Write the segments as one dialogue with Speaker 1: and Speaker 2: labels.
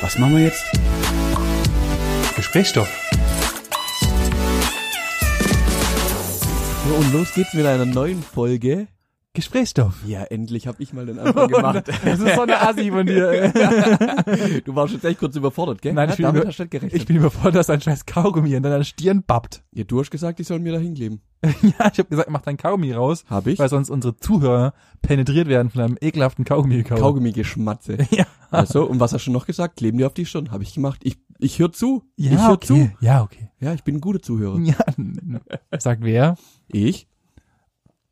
Speaker 1: Was machen wir jetzt?
Speaker 2: Gesprächsstoff.
Speaker 3: So, und los geht's mit einer neuen Folge.
Speaker 2: Gesprächsstoff. Oh,
Speaker 3: Ja, endlich habe ich mal den Anfang gemacht.
Speaker 2: Das ist so eine Assi von dir.
Speaker 3: Du warst jetzt echt kurz überfordert, gell?
Speaker 2: Nein,
Speaker 3: ja,
Speaker 2: ich bin
Speaker 3: damit
Speaker 2: über-
Speaker 3: hast du nicht gerechnet.
Speaker 2: Ich bin überfordert, dass ein scheiß Kaugummi an deiner Stirn babbt.
Speaker 3: ja, du hast gesagt, die sollen mir da hinkleben.
Speaker 2: Ja, ich habe gesagt, mach dein Kaugummi raus,
Speaker 3: Hab ich?
Speaker 2: weil sonst unsere Zuhörer penetriert werden von einem ekelhaften kaugummi
Speaker 3: Kaugummi-Geschmatze.
Speaker 2: Ja.
Speaker 3: Also, und was hast du noch gesagt? Kleben die auf die Stirn. Habe ich gemacht. Ich, ich höre zu. ich
Speaker 2: Ja,
Speaker 3: höre
Speaker 2: okay. Hm. Ja, okay.
Speaker 3: zu. Ja, ich bin ein guter Zuhörer.
Speaker 2: Ja, sagt wer?
Speaker 3: Ich?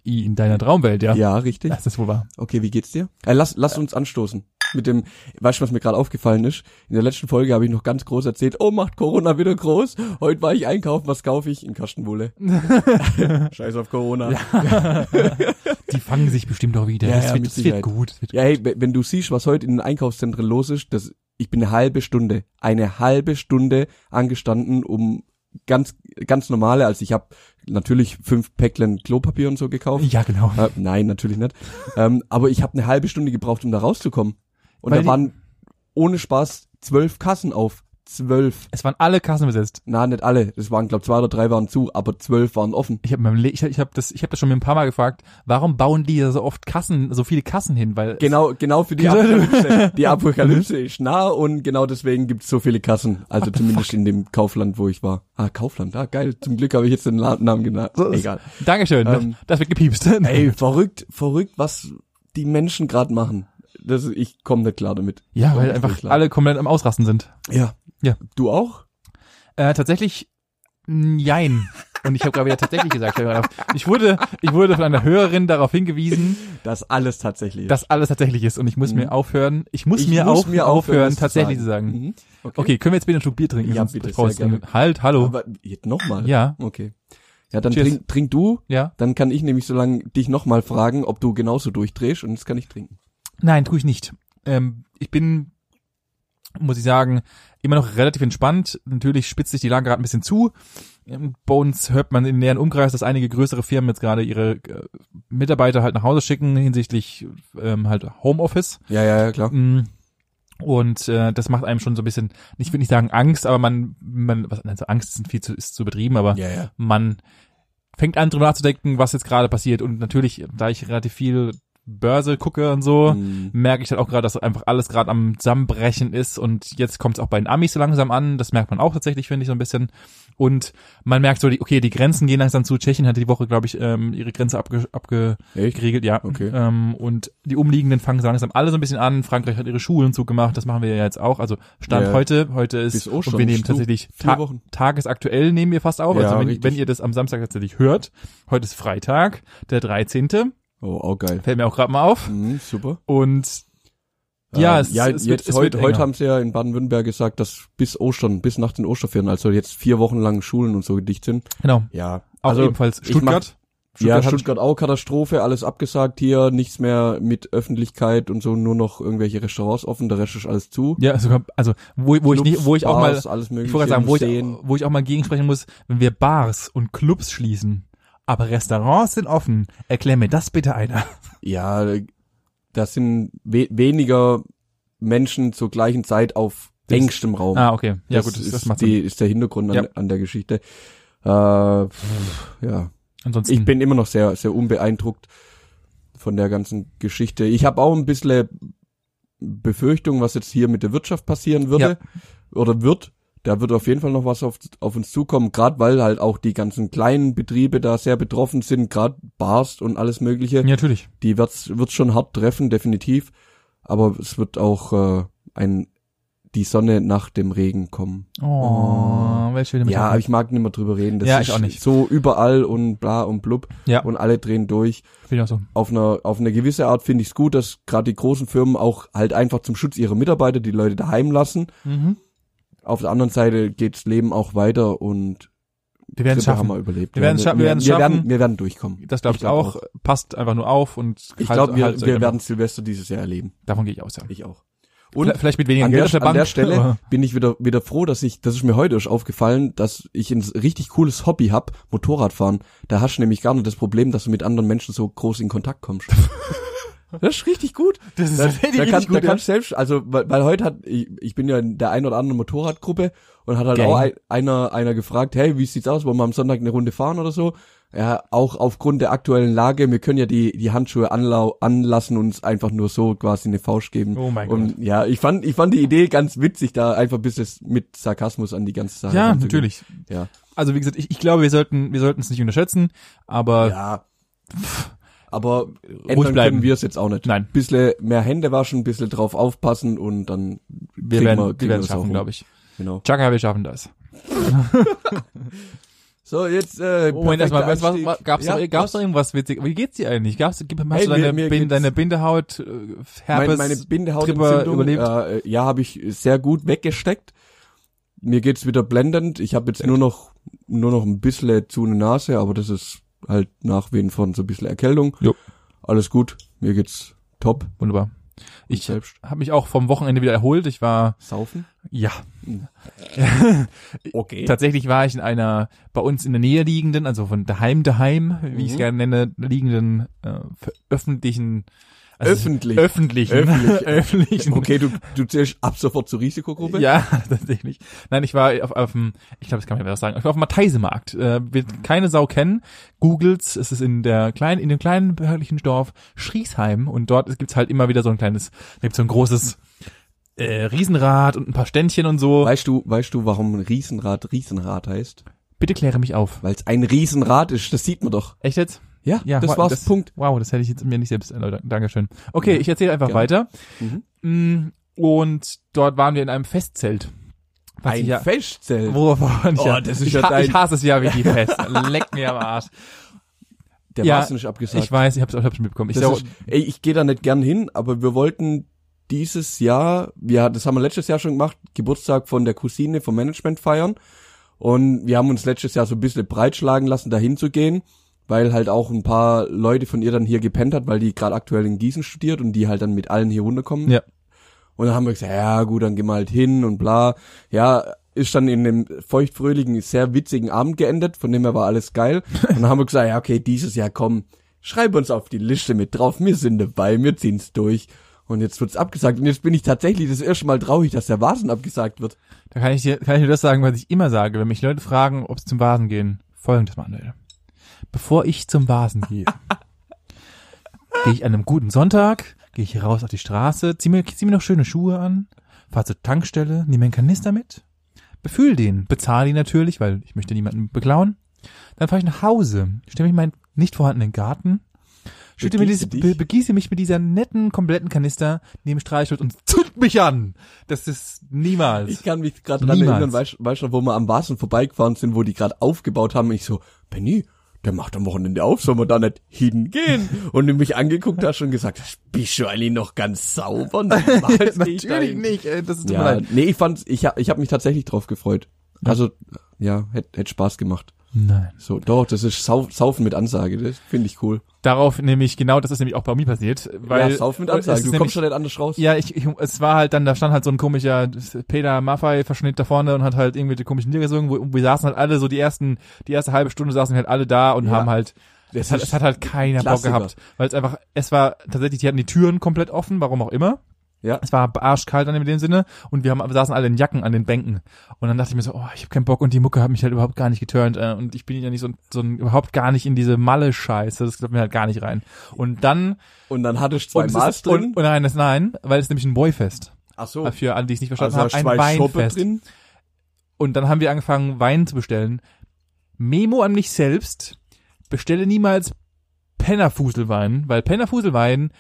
Speaker 2: I, In deiner Traumwelt, ja.
Speaker 3: Ja, richtig.
Speaker 2: Das ist wohl wahr.
Speaker 3: Okay, wie geht's dir? Äh, lass, lass uns anstoßen. Mit dem, weißt du, was mir gerade aufgefallen ist? In der letzten Folge habe ich noch ganz groß erzählt, oh, macht Corona wieder groß. Heute war ich einkaufen, was kaufe ich? In Kastenwohle. Scheiß auf Corona. Ja,
Speaker 2: Die fangen sich bestimmt auch wieder.
Speaker 3: Ja,
Speaker 2: das,
Speaker 3: ja,
Speaker 2: wird,
Speaker 3: mit
Speaker 2: das wird
Speaker 3: Sicherheit.
Speaker 2: gut. Das wird
Speaker 3: hey, we- wenn du siehst, was heute in den Einkaufszentren los ist, das, ich bin eine halbe Stunde, eine halbe Stunde angestanden, um ganz, ganz normale, also ich habe natürlich fünf Päcklen Klopapier und so gekauft.
Speaker 2: Ja, genau.
Speaker 3: Äh, nein, natürlich nicht. ähm, aber ich habe eine halbe Stunde gebraucht, um da rauszukommen. Und
Speaker 2: Weil
Speaker 3: da
Speaker 2: die-
Speaker 3: waren ohne Spaß zwölf Kassen auf. Zwölf.
Speaker 2: Es waren alle Kassen besetzt.
Speaker 3: Na, nicht alle. Das waren, glaube zwei oder drei waren zu, aber zwölf waren offen.
Speaker 2: Ich habe ich, hab- ich hab das, ich hab das schon mir ein paar Mal gefragt, warum bauen die da so oft Kassen, so viele Kassen hin? Weil es-
Speaker 3: Genau, genau für die
Speaker 2: Genau.
Speaker 3: Apokalypse. Die Apokalypse ist nah und genau deswegen gibt's so viele Kassen. Also
Speaker 2: Ah,
Speaker 3: zumindest in dem Kaufland, wo ich war. Ah, Kaufland, ah, geil. Zum Glück habe ich jetzt den La- Namen genannt.
Speaker 2: So ist-
Speaker 3: Egal.
Speaker 2: Dankeschön,
Speaker 3: Ähm,
Speaker 2: das wird gepiepst.
Speaker 3: Ey, verrückt, verrückt, was die Menschen gerade machen. Das, ich komme nicht klar damit.
Speaker 2: ja, weil
Speaker 3: komm,
Speaker 2: einfach
Speaker 3: nicht klar.
Speaker 2: alle komplett am Ausrasten sind.
Speaker 3: Ja.
Speaker 2: Ja.
Speaker 3: Du auch?
Speaker 2: Äh, tatsächlich, mm, jein. Und ich habe gerade wieder tatsächlich gesagt. hör mal auf. Ich wurde, ich wurde von einer Hörerin darauf hingewiesen,
Speaker 3: Das alles tatsächlich.
Speaker 2: dass alles tatsächlich ist. Und ich muss
Speaker 3: Mhm.
Speaker 2: mir aufhören, ich muss
Speaker 3: Ich
Speaker 2: mir
Speaker 3: muss
Speaker 2: auch aufhören,
Speaker 3: das
Speaker 2: tatsächlich zu sagen.
Speaker 3: Mhm. Okay.
Speaker 2: Okay, können wir jetzt bitte einen Schluck Bier trinken?
Speaker 3: Ja,
Speaker 2: Sonst
Speaker 3: bitte,
Speaker 2: brauchst
Speaker 3: sehr
Speaker 2: du- Halt, hallo.
Speaker 3: Aber äh, jetzt nochmal.
Speaker 2: ja,
Speaker 3: Okay. Ja, dann
Speaker 2: Cheers.
Speaker 3: trink, trink du,
Speaker 2: ja.
Speaker 3: dann kann ich nämlich so lange dich nochmal fragen, ob du genauso durchdrehst und jetzt kann ich trinken.
Speaker 2: Nein, tue ich nicht. Ähm, ich bin, muss ich sagen, immer noch relativ entspannt. Natürlich spitzt sich die Lage gerade ein bisschen zu. Ähm, Bei uns hört man im näheren Umkreis, dass einige größere Firmen jetzt gerade ihre äh, Mitarbeiter halt nach Hause schicken hinsichtlich ähm, halt Homeoffice.
Speaker 3: Ja, ja, ja, klar.
Speaker 2: Mm. Und äh, das macht einem schon so ein bisschen, ich würde nicht sagen Angst, aber man, man was, also Angst ist viel zu, ist zu übertrieben, aber
Speaker 3: Ja, ja.
Speaker 2: man fängt an drüber nachzudenken, was jetzt gerade passiert. Und natürlich, da ich relativ viel Börse gucke und so,
Speaker 3: Mhm.
Speaker 2: merke ich halt auch gerade, dass einfach alles gerade am Zusammenbrechen ist und jetzt kommt es auch bei den Amis so langsam an, das merkt man auch tatsächlich, finde ich, so ein bisschen und man merkt so, die, okay, die Grenzen gehen langsam zu, Tschechien hatte die Woche, glaube ich, ähm, ihre Grenze abge abgeregelt,
Speaker 3: Echt?
Speaker 2: ja
Speaker 3: Okay.
Speaker 2: ähm, und die Umliegenden fangen so langsam alle so ein bisschen an, Frankreich hat ihre Schulen zugemacht, das machen wir ja jetzt auch, also Stand
Speaker 3: Ja.
Speaker 2: heute, heute ist,
Speaker 3: Bis Ostern
Speaker 2: und wir nehmen
Speaker 3: bist du.
Speaker 2: tatsächlich
Speaker 3: Vier
Speaker 2: Ta
Speaker 3: Wochen.
Speaker 2: tagesaktuell nehmen wir fast auf,
Speaker 3: Ja,
Speaker 2: also wenn,
Speaker 3: richtig.
Speaker 2: wenn ihr das am Samstag tatsächlich hört, heute ist Freitag, der 13.,
Speaker 3: Oh, auch geil.
Speaker 2: fällt mir auch gerade mal auf
Speaker 3: Mhm, super.
Speaker 2: und Ja,
Speaker 3: Ähm,
Speaker 2: es-
Speaker 3: ja
Speaker 2: es wird-
Speaker 3: jetzt
Speaker 2: es wird
Speaker 3: heute,
Speaker 2: enger.
Speaker 3: heute haben sie ja in Baden-Württemberg gesagt, dass bis Ostern, bis nach den Osterferien, also jetzt vier Wochen lang Schulen und so dicht sind.
Speaker 2: genau,
Speaker 3: Ja,
Speaker 2: Auch
Speaker 3: also
Speaker 2: ebenfalls
Speaker 3: ich mach-
Speaker 2: Stuttgart.
Speaker 3: ja,
Speaker 2: hat-
Speaker 3: Stuttgart auch Katastrophe, alles abgesagt hier, nichts mehr mit Öffentlichkeit und so, nur noch irgendwelche Restaurants offen, der Rest ist alles zu.
Speaker 2: Ja, sogar, also wo, wo ich nicht, wo ich auch mal,
Speaker 3: Bars, alles
Speaker 2: ich
Speaker 3: mögliche,
Speaker 2: wollte gerade sagen, wo ich,
Speaker 3: Museen.
Speaker 2: wo ich auch mal gegensprechen muss, wenn wir Bars und Clubs schließen, aber Restaurants sind offen, erklär mir das bitte einer.
Speaker 3: ja, das sind we weniger Menschen zur gleichen Zeit auf
Speaker 2: Das-
Speaker 3: engstem Raum.
Speaker 2: Ah, okay, ja
Speaker 3: das
Speaker 2: gut, das,
Speaker 3: ist,
Speaker 2: das macht Sinn.
Speaker 3: die, ist der Hintergrund an,
Speaker 2: Ja.
Speaker 3: an der Geschichte. Äh, pff, ja,
Speaker 2: Ansonsten,
Speaker 3: ich bin immer noch sehr, sehr unbeeindruckt von der ganzen Geschichte. Ich habe auch ein bisschen Befürchtung, was jetzt hier mit der Wirtschaft passieren würde oder wird. Da wird auf jeden Fall noch was auf, auf uns zukommen, gerade weil halt auch die ganzen kleinen Betriebe da sehr betroffen sind, gerade Bars und alles Mögliche.
Speaker 2: ja, natürlich.
Speaker 3: Die wird's wird's schon hart treffen, definitiv. Aber es wird auch äh, ein die Sonne nach dem Regen kommen.
Speaker 2: Oh, welche schöne
Speaker 3: Oh. Ja,
Speaker 2: Metapher.
Speaker 3: aber ich mag nicht mehr drüber reden. Das
Speaker 2: Ja,
Speaker 3: ist
Speaker 2: ich auch nicht.
Speaker 3: so überall und bla und blub
Speaker 2: ja,
Speaker 3: und alle drehen durch.
Speaker 2: bin ich auch so.
Speaker 3: Auf einer auf eine gewisse Art finde ich es gut, dass gerade die großen Firmen auch halt einfach zum Schutz ihrer Mitarbeiter die Leute daheim lassen.
Speaker 2: Mhm.
Speaker 3: Auf der anderen Seite geht's Leben auch weiter und
Speaker 2: Wir werden es
Speaker 3: wir haben
Speaker 2: schaffen.
Speaker 3: wir überlebt.
Speaker 2: Wir werden's scha- wir werden's
Speaker 3: wir werden
Speaker 2: schaffen.
Speaker 3: wir werden durchkommen.
Speaker 2: Das glaube ich,
Speaker 3: Ich glaub
Speaker 2: auch. Passt einfach nur auf und
Speaker 3: Ich
Speaker 2: halt-
Speaker 3: glaube, wir,
Speaker 2: halt-
Speaker 3: wir werden Silvester dieses Jahr erleben.
Speaker 2: Davon gehe ich aus, ja.
Speaker 3: Ich auch.
Speaker 2: Vielleicht- vielleicht mit weniger
Speaker 3: An
Speaker 2: Geld
Speaker 3: der,
Speaker 2: auf der Bank.
Speaker 3: an der Stelle
Speaker 2: aber-
Speaker 3: bin ich wieder, wieder froh, dass ich, das ist mir heute erst aufgefallen, dass ich ein richtig cooles Hobby hab, Motorradfahren. Da hast du nämlich gar nicht das Problem, dass du mit anderen Menschen so groß in Kontakt kommst. Das ist richtig gut.
Speaker 2: Das ist
Speaker 3: Da,
Speaker 2: tatsächlich
Speaker 3: da, kann,
Speaker 2: richtig gut,
Speaker 3: da
Speaker 2: ja.
Speaker 3: kannst selbst, also weil, weil heute hat, ich, ich bin ja in der ein oder anderen Motorradgruppe und hat halt
Speaker 2: Gang.
Speaker 3: auch ein, einer, einer gefragt, hey, wie sieht's aus, wollen wir am Sonntag eine Runde fahren oder so? Ja, auch aufgrund der aktuellen Lage, wir können ja die, die Handschuhe anlau anlassen und uns einfach nur so quasi eine Faust geben.
Speaker 2: Oh mein
Speaker 3: und ja, ich fand, ich fand die Idee ganz witzig, da einfach ein bisschen mit Sarkasmus an die ganze Sache
Speaker 2: Ja,
Speaker 3: ranzugehen.
Speaker 2: natürlich.
Speaker 3: Ja.
Speaker 2: Also wie gesagt, ich, ich glaube, wir sollten wir sollten es nicht unterschätzen, aber
Speaker 3: Ja. Aber ändern
Speaker 2: bleiben.
Speaker 3: können wir es jetzt auch nicht.
Speaker 2: Nein.
Speaker 3: Bisschen mehr Hände waschen, bisschen drauf aufpassen und dann
Speaker 2: wir
Speaker 3: kriegen wir-
Speaker 2: werden wir,
Speaker 3: kriegen wir
Speaker 2: werden
Speaker 3: das
Speaker 2: es
Speaker 3: auch
Speaker 2: schaffen,
Speaker 3: rum.
Speaker 2: glaube ich.
Speaker 3: Genau.
Speaker 2: Chaka, wir schaffen das.
Speaker 3: So, jetzt äh,
Speaker 2: Oh, Moment, erstmal, was, was,
Speaker 3: perfekter
Speaker 2: was, gab's,
Speaker 3: Einstieg.
Speaker 2: noch, gab's noch irgendwas witzig? Wie geht's dir eigentlich? Gab's, gib, hast
Speaker 3: Hey,
Speaker 2: du
Speaker 3: mir-
Speaker 2: deine,
Speaker 3: mir
Speaker 2: Bin,
Speaker 3: geht's-
Speaker 2: deine Bindehaut, äh,
Speaker 3: meine,
Speaker 2: Herpes?
Speaker 3: meine
Speaker 2: Tripper
Speaker 3: Bindehautentzündung,
Speaker 2: überlebt?
Speaker 3: äh, ja, habe ich sehr gut weggesteckt. Mir geht's wieder blendend. Ich habe jetzt nur noch nur noch ein bisschen zu eine Nase, aber das ist halt Nachwehen von so ein bisschen Erkältung.
Speaker 2: Jo.
Speaker 3: Alles gut. Mir geht's top.
Speaker 2: Wunderbar. Ich habe
Speaker 3: selbst
Speaker 2: mich auch vom Wochenende wieder erholt. Ich war,
Speaker 3: saufen.
Speaker 2: ja,
Speaker 3: Okay.
Speaker 2: Tatsächlich war ich in einer bei uns in der Nähe liegenden, also von daheim daheim, wie ich es
Speaker 3: Mhm.
Speaker 2: gerne nenne, liegenden äh, ver- öffentlichen also
Speaker 3: Öffentlich.
Speaker 2: öffentlichen
Speaker 3: Öffentlich.
Speaker 2: öffentlichen
Speaker 3: Okay, du, du zählst ab sofort zur Risikogruppe?
Speaker 2: ja, tatsächlich. Nein, ich war auf, auf dem, ich glaube, das kann man ja was sagen, ich war auf dem Matheisemarkt. Äh,
Speaker 3: Mhm.
Speaker 2: wird keine Sau kennen. Googles, es ist in der kleinen, in dem kleinen behördlichen Dorf Schriesheim und dort gibt's halt immer wieder so ein kleines, da gibt's so ein großes äh, Riesenrad und ein paar Ständchen und so.
Speaker 3: Weißt du, weißt du, warum ein Riesenrad Riesenrad heißt?
Speaker 2: Bitte kläre mich auf.
Speaker 3: Weil es ein Riesenrad ist, das sieht man doch.
Speaker 2: Echt jetzt?
Speaker 3: Ja,
Speaker 2: Ja,
Speaker 3: das
Speaker 2: wa-
Speaker 3: war's,
Speaker 2: das-
Speaker 3: Punkt.
Speaker 2: Wow, das hätte ich jetzt mir nicht selbst erläutert. Dankeschön. Okay, ich erzähle einfach
Speaker 3: Gerne.
Speaker 2: weiter.
Speaker 3: Mhm.
Speaker 2: Mm, Und dort waren wir in einem Festzelt. Was ich
Speaker 3: Ein
Speaker 2: ja,
Speaker 3: Festzelt.
Speaker 2: Worauf waren
Speaker 3: Oh, das ist
Speaker 2: ich,
Speaker 3: ja
Speaker 2: ha-
Speaker 3: dein-
Speaker 2: ich hasse es ja wie die Fest. Leck mir am Arsch.
Speaker 3: Der
Speaker 2: Ja,
Speaker 3: war's nicht abgesagt.
Speaker 2: Ich weiß, ich hab's, ich hab's schon mitbekommen. Ich
Speaker 3: Das
Speaker 2: sag,
Speaker 3: ist, ey, ich gehe da nicht gern hin, aber wir wollten dieses Jahr, ja, das haben wir letztes Jahr schon gemacht, Geburtstag von der Cousine vom Management feiern. Und wir haben uns letztes Jahr so ein bisschen breitschlagen lassen, dahin zu gehen, weil halt auch ein paar Leute von ihr dann hier gepennt hat, weil die gerade aktuell in Gießen studiert und die halt dann mit allen hier runterkommen.
Speaker 2: Ja.
Speaker 3: Und dann haben wir gesagt, ja gut, dann gehen wir halt hin und bla. Ja, ist dann in einem feuchtfröhlichen, sehr witzigen Abend geendet, von dem her war alles geil. Und dann haben wir gesagt, ja okay, dieses Jahr komm, schreib uns auf die Liste mit drauf, wir sind dabei, wir ziehen's durch. Und jetzt wird's abgesagt. Und jetzt bin ich tatsächlich das erste Mal traurig, dass der Vasen abgesagt wird.
Speaker 2: da kann ich dir, kann ich dir das sagen, was ich immer sage, wenn mich Leute fragen, ob sie zum Vasen gehen. Folgendes, Manuel. Bevor ich zum Vasen gehe, gehe ich an einem guten Sonntag, gehe ich raus auf die Straße, zieh mir, zieh mir noch schöne Schuhe an, fahr zur Tankstelle, nehme einen Kanister mit, befühl den, bezahle ihn natürlich, weil ich möchte niemanden beklauen. Dann fahre ich nach Hause, stelle mich in meinen nicht vorhandenen Garten, schütte mir
Speaker 3: Begieße
Speaker 2: dieses,
Speaker 3: dich.
Speaker 2: be, begieße mich mit dieser netten, kompletten Kanister, nehme Streichholz und zünd mich an. Das ist niemals.
Speaker 3: Ich kann mich gerade dran
Speaker 2: Niemals.
Speaker 3: erinnern, weißt weißt du, noch, wo wir am Vasen vorbeigefahren sind, wo die gerade aufgebaut haben. Und ich so, Benny, der macht am Wochenende auf, sollen wir da nicht hingehen? Und du mich angeguckt hast und gesagt, hast, bist du eigentlich noch ganz sauber? Niemals geh ich
Speaker 2: Natürlich
Speaker 3: dahin.
Speaker 2: nicht, ey, das ist tut mir
Speaker 3: Ja,
Speaker 2: leid.
Speaker 3: nee, ich fand's, ich, hab- ich habe mich tatsächlich drauf gefreut. Also, ja, hätte hätt Spaß gemacht.
Speaker 2: Nein.
Speaker 3: So, doch, das ist Sau Saufen mit Ansage, das finde ich cool.
Speaker 2: Darauf nämlich, genau das ist nämlich auch bei mir passiert, weil.
Speaker 3: ja, Saufen mit
Speaker 2: es
Speaker 3: Ansage,
Speaker 2: ist
Speaker 3: du
Speaker 2: nämlich-
Speaker 3: kommst schon nicht anders raus.
Speaker 2: Ja, ich, ich, es war halt dann, da stand halt so ein komischer Peter Maffei-Verschnitt da vorne und hat halt irgendwelche komischen Lieder gesungen, wo, und wir saßen halt alle so die ersten, die erste halbe Stunde saßen wir halt alle da und
Speaker 3: Ja.
Speaker 2: haben halt,
Speaker 3: das
Speaker 2: es hat,
Speaker 3: ist-
Speaker 2: es hat halt keiner
Speaker 3: Klassiker.
Speaker 2: Bock gehabt, weil es einfach, es war tatsächlich, die hatten die Türen komplett offen, warum auch immer.
Speaker 3: Ja.
Speaker 2: Es war arschkalt dann in dem Sinne und wir, haben, wir saßen alle in Jacken an den Bänken und dann dachte ich mir so, oh, ich habe keinen Bock und die Mucke hat mich halt überhaupt gar nicht geturnt äh, und ich bin ja nicht so, ein- so ein, überhaupt gar nicht in diese Malle-Scheiße, das klappt mir halt gar nicht rein. Und dann
Speaker 3: Und dann hattest du zwei
Speaker 2: und, es
Speaker 3: Maß
Speaker 2: ist, und,
Speaker 3: drin.
Speaker 2: und nein, das nein, weil es ist nämlich ein Boyfest.
Speaker 3: Ach so.
Speaker 2: Für alle, die es nicht verstanden
Speaker 3: Also hast
Speaker 2: haben, ein
Speaker 3: zwei Schoppe
Speaker 2: Weinfest.
Speaker 3: drin.
Speaker 2: Und dann haben wir angefangen, Wein zu bestellen. Memo an mich selbst, bestelle niemals Pennerfuselwein, weil Pennerfuselwein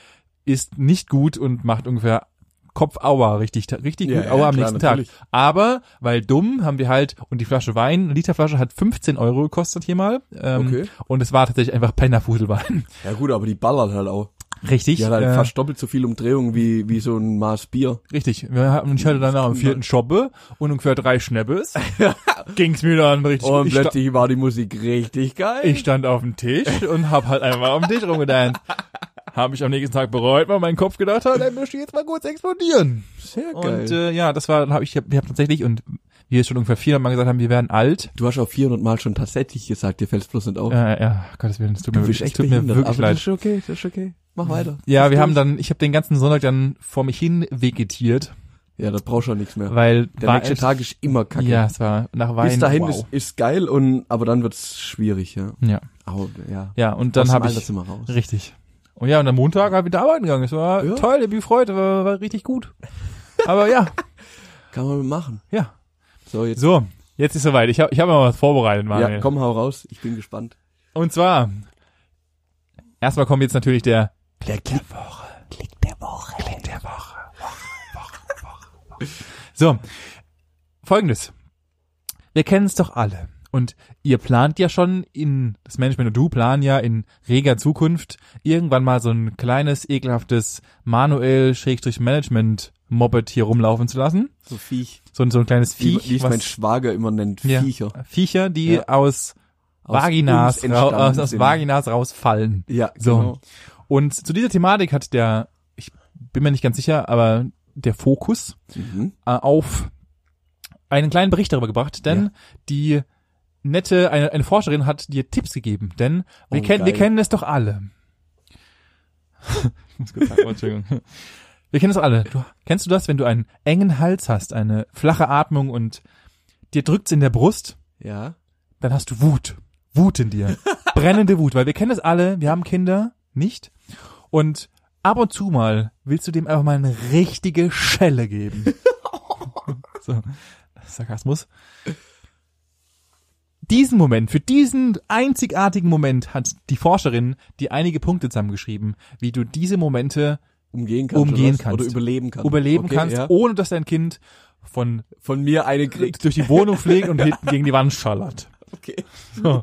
Speaker 2: ist nicht gut und macht ungefähr Kopfaua richtig, richtig
Speaker 3: Ja,
Speaker 2: gut
Speaker 3: ja,
Speaker 2: Aua am
Speaker 3: klar,
Speaker 2: nächsten
Speaker 3: natürlich.
Speaker 2: Tag. Aber, weil dumm, haben wir halt, und die Flasche Wein, eine Literflasche hat 15 Euro gekostet hier mal. Ähm,
Speaker 3: Okay.
Speaker 2: Und es war tatsächlich einfach Pennerfuselwein.
Speaker 3: Ja gut, aber die ballert halt auch.
Speaker 2: Richtig.
Speaker 3: Die hat halt
Speaker 2: äh,
Speaker 3: fast doppelt so viel Umdrehung wie, wie so ein Maß Bier.
Speaker 2: Richtig. Wir haben, und ich hatte dann noch einen vierten Schoppe und ungefähr drei Schneppes. Ging's mir dann richtig
Speaker 3: Und
Speaker 2: ich, sta
Speaker 3: plötzlich war die Musik richtig geil.
Speaker 2: ich stand auf dem Tisch und hab halt einfach auf dem Tisch rumgedanzt. Hab mich am nächsten Tag bereut, weil mein Kopf gedacht hat, er möchte jetzt mal kurz explodieren. äh,
Speaker 3: Sehr
Speaker 2: Und äh, ja, das war, dann hab ich, ich hab tatsächlich, und hier schon ungefähr 400 Mal gesagt haben, wir werden alt.
Speaker 3: Du hast auch 400 Mal schon tatsächlich gesagt, dir fällt's bloß nicht auf.
Speaker 2: Äh, ja, Gottes Willen, es tut mir,
Speaker 3: bist
Speaker 2: wirklich- es tut mir
Speaker 3: behindert,
Speaker 2: wirklich
Speaker 3: aber das
Speaker 2: leid.
Speaker 3: ist okay, das ist okay. Mach weiter.
Speaker 2: Ja, wir
Speaker 3: Mach
Speaker 2: haben
Speaker 3: durch.
Speaker 2: dann, ich habe den ganzen Sonntag dann vor mich hin vegetiert,
Speaker 3: Ja, da brauchst du auch nichts mehr.
Speaker 2: weil
Speaker 3: Der nächste Tag ist immer kacke.
Speaker 2: ja, es war nach Wein.
Speaker 3: Bis dahin
Speaker 2: wow.
Speaker 3: ist, ist geil und aber dann wird's schwierig, ja.
Speaker 2: ja,
Speaker 3: Au, ja.
Speaker 2: ja und dann
Speaker 3: Aus dem
Speaker 2: habe ich
Speaker 3: Alterszimmer raus.
Speaker 2: richtig. Und ja, und am Montag habe ich wieder arbeiten gegangen. Es war
Speaker 3: Ja.
Speaker 2: toll, ich bin freut, war, war richtig gut. Aber ja,
Speaker 3: Kann man machen.
Speaker 2: ja.
Speaker 3: So jetzt
Speaker 2: So, jetzt ist soweit. Ich habe ich hab mal was vorbereitet, Manuel.
Speaker 3: ja, komm hau raus, ich bin gespannt.
Speaker 2: Und zwar erstmal kommt jetzt natürlich der Klick der Woche. Klick der Woche. Klick der Woche. Woche, Woche, Woche, Woche. So, folgendes. Wir kennen es doch alle. Und ihr plant ja schon in, das Management und du planen ja in reger Zukunft irgendwann mal so ein kleines, ekelhaftes Manuel-Management-Moped hier rumlaufen zu lassen.
Speaker 3: So Viech,
Speaker 2: So, ein- so ein kleines
Speaker 3: wie,
Speaker 2: Viech.
Speaker 3: wie es
Speaker 2: was-
Speaker 3: mein Schwager immer nennt,
Speaker 2: ja,
Speaker 3: Viecher.
Speaker 2: Viecher, die
Speaker 3: Ja.
Speaker 2: aus
Speaker 3: Aus uns
Speaker 2: Vaginas, ra
Speaker 3: entstanden
Speaker 2: aus, aus
Speaker 3: sind.
Speaker 2: Vaginas rausfallen.
Speaker 3: Ja,
Speaker 2: So.
Speaker 3: genau.
Speaker 2: Und zu dieser Thematik hat der, ich bin mir nicht ganz sicher, aber der Fokus
Speaker 3: Mhm.
Speaker 2: äh, auf einen kleinen Bericht darüber gebracht, denn
Speaker 3: Ja.
Speaker 2: die nette, eine, eine Forscherin hat dir Tipps gegeben, denn wir,
Speaker 3: Oh,
Speaker 2: kennen wir
Speaker 3: geil.
Speaker 2: kennen es doch alle. ich muss kurz atmen, Entschuldigung. Wir kennen es doch alle. Du, kennst du das, wenn du einen engen Hals hast, eine flache Atmung und dir drückt's in der Brust?
Speaker 3: Ja.
Speaker 2: dann hast du Wut. Wut in dir. Brennende Wut, weil wir kennen das alle, wir haben Kinder, nicht? Und ab und zu mal willst du dem einfach mal eine richtige Schelle geben. so, Sarkasmus. Diesen Moment, für diesen einzigartigen Moment hat die Forscherin dir einige Punkte zusammengeschrieben, wie du diese Momente
Speaker 3: Umgehen kannst.
Speaker 2: Umgehen
Speaker 3: oder, was?
Speaker 2: kannst.
Speaker 3: oder überleben kannst.
Speaker 2: überleben
Speaker 3: Äh, Okay,
Speaker 2: kannst,
Speaker 3: Ja.
Speaker 2: ohne dass dein Kind von
Speaker 3: Von mir eine kriegt.
Speaker 2: durch die Wohnung fliegt und hinten gegen die Wand schallert.
Speaker 3: Okay.
Speaker 2: So.